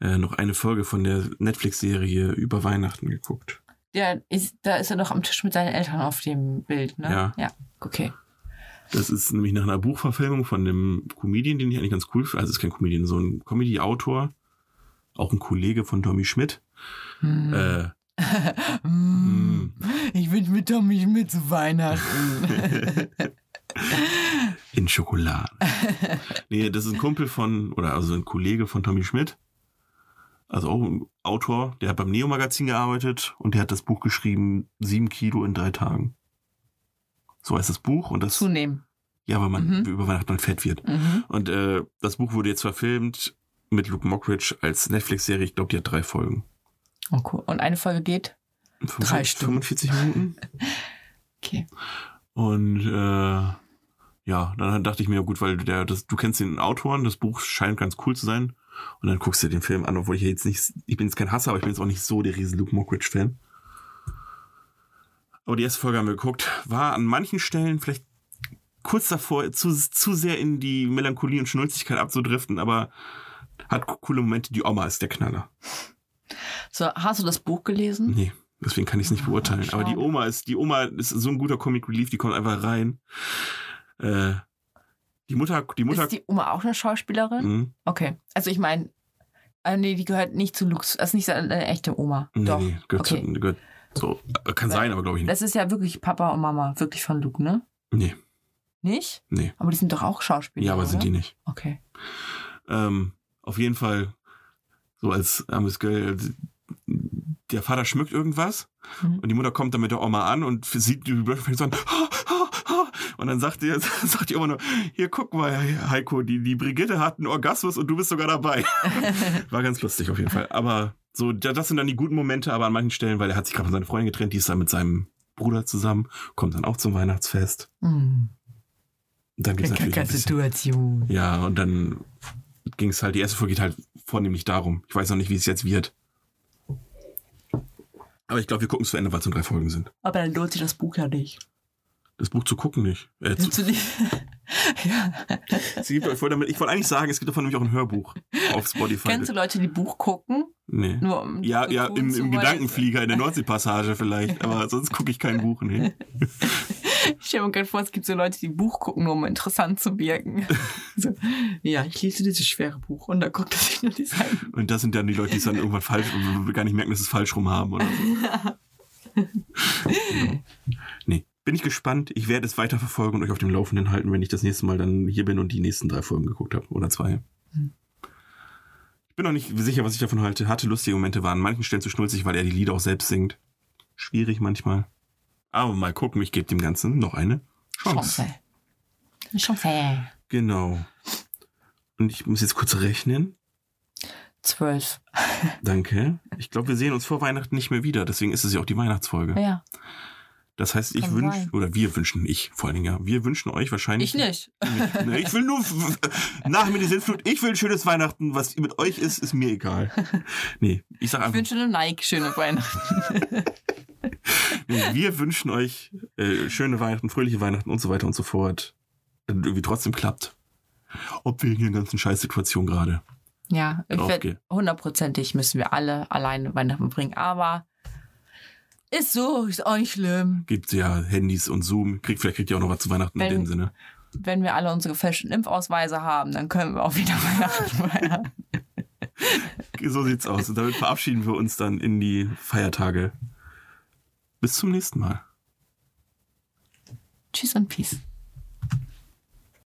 äh, noch eine Folge von der Netflix-Serie über Weihnachten geguckt. Der ist, da ist er doch am Tisch mit seinen Eltern auf dem Bild, ne? Ja. Ja, okay. Das ist nämlich nach einer Buchverfilmung von einem Comedian, den ich eigentlich ganz cool finde. Also es ist kein Comedian, so ein Comedy-Autor, auch ein Kollege von Tommy Schmidt. Hm. Äh, Mm. Ich wünsche mir Tommy Schmidt zu Weihnachten. in Schokolade. nee, das ist ein Kumpel von, oder also ein Kollege von Tommy Schmidt. Also auch ein Autor, der hat beim Neo-Magazin gearbeitet und der hat das Buch geschrieben, sieben Kilo in drei Tagen. So heißt das Buch und das, Zunehmen. ja, weil man Mhm. über Weihnachten dann fett wird. Mhm. Und äh, das Buch wurde jetzt verfilmt mit Luke Mockridge als Netflix-Serie. Ich glaube, die hat drei Folgen. Oh, cool. Und eine Folge geht? Drei Stunden. 45 Minuten. Okay. Und äh, ja, dann dachte ich mir, gut, weil der, das, du kennst den Autoren, das Buch scheint ganz cool zu sein. Und dann guckst du dir den Film an, obwohl ich ja jetzt nicht, ich bin jetzt kein Hasser, aber ich bin jetzt auch nicht so der riesen Luke Mockridge-Fan. Aber die erste Folge haben wir geguckt, war an manchen Stellen vielleicht kurz davor, zu, zu sehr in die Melancholie und Schnulzigkeit abzudriften, aber hat coole Momente. Die Oma ist der Knaller. So, hast du das Buch gelesen? Nee, deswegen kann ich es nicht beurteilen. Hm? Ah, schade. Aber die Oma ist, die Oma ist so ein guter Comic Relief, die kommt einfach rein. Äh, die Mutter, die Mutter. Ist die Oma auch eine Schauspielerin? Hm, Okay. Also ich meine, äh, nee, die gehört nicht zu Lux. Das ist nicht seine echte Oma. nee, Doch. nee, gehört, Okay. zu, gehört so. äh, Kann Weil- sein, aber glaube ich nicht. Das ist ja wirklich Papa und Mama, wirklich von Luke, ne? Nee, Nicht? nee. Aber die sind doch auch ne? Schauspieler. Ja, aber sind die oder? nicht. Okay. Ähm, auf jeden Fall, so als armes Girl, äh, der Vater schmückt irgendwas Mhm. und die Mutter kommt dann mit der Oma an und sieht die Blöcke fängt so an. Und dann sagt die, sagt die Oma nur, hier guck mal, Heiko, die, die Brigitte hat einen Orgasmus und du bist sogar dabei. War ganz lustig auf jeden Fall. Aber so, da- das sind dann die guten Momente, aber an manchen Stellen, weil er hat sich gerade von seiner Freundin getrennt, die ist dann mit seinem Bruder zusammen, kommt dann auch zum Weihnachtsfest. Hm. Und dann gibt's natürlich ein bisschen, Situation. ja, und dann ging es halt, die erste Folge geht halt vornehmlich darum. Ich weiß noch nicht, wie es jetzt wird. Aber ich glaube, wir gucken es zu Ende, weil es nur drei Folgen sind. Aber dann lohnt sich das Buch ja nicht. Das Buch zu gucken nicht. Äh, zu, Willst du nicht? ja. es gibt, ich wollte damit- ich wollte eigentlich sagen, es gibt davon nämlich auch ein Hörbuch auf Spotify. Kennst du Leute, die Buch gucken? nee. Nur um Ja, zu ja, tun, im, zu im wollen? Gedankenflieger in der Nordseepassage vielleicht, aber sonst gucke ich kein Buch, nee. Ich stelle mir gerade vor, es gibt so Leute, die Buch gucken, nur um interessant zu wirken. so, ja, ich lese dieses schwere Buch und dann guckt er sich nur die Seiten. Und das sind dann die Leute, die es dann irgendwann falsch, gar nicht merken, dass sie es falsch rum haben oder so. genau. Nee. Bin ich gespannt. Ich werde es weiterverfolgen und euch auf dem Laufenden halten, wenn ich das nächste Mal dann hier bin und die nächsten drei Folgen geguckt habe. Oder zwei. Ich bin noch nicht sicher, was ich davon halte. Hatte lustige Momente, waren an manchen Stellen zu schnulzig, weil er die Lieder auch selbst singt. Schwierig manchmal. Aber mal gucken, ich gebe dem Ganzen noch eine Chance. Chance. Genau. Und ich muss jetzt kurz rechnen. Zwölf. Danke. Ich glaube, wir sehen uns vor Weihnachten nicht mehr wieder. Deswegen ist es ja auch die Weihnachtsfolge. Ja. Das heißt, ich Kann wünsche, sein. oder wir wünschen, ich vor allen Dingen, ja, wir wünschen euch wahrscheinlich. Ich nicht. Nee, ich will nur nach mir die Sintflut. Ich will ein schönes Weihnachten. Was mit euch ist, ist mir egal. Nee, ich sag Ich einfach, wünsche eine Nike schöne Weihnachten. nee, wir wünschen euch äh, schöne Weihnachten, fröhliche Weihnachten und so weiter und so fort. Damit irgendwie trotzdem klappt. Ob wegen der ganzen Scheißsituation gerade. Ja, ich Drauf werd- geh. hundertprozentig müssen wir alle alleine Weihnachten bringen, aber ist so, ist auch nicht schlimm. Gibt ja Handys und Zoom. Kriegt, vielleicht kriegt ihr auch noch was zu Weihnachten in Wenn- dem Sinne. Wenn wir alle unsere gefälschten Impfausweise haben, dann können wir auch wieder Weihnachten feiern. So sieht's aus. Und damit verabschieden wir uns dann in die Feiertage. Bis zum nächsten Mal. Tschüss und Peace.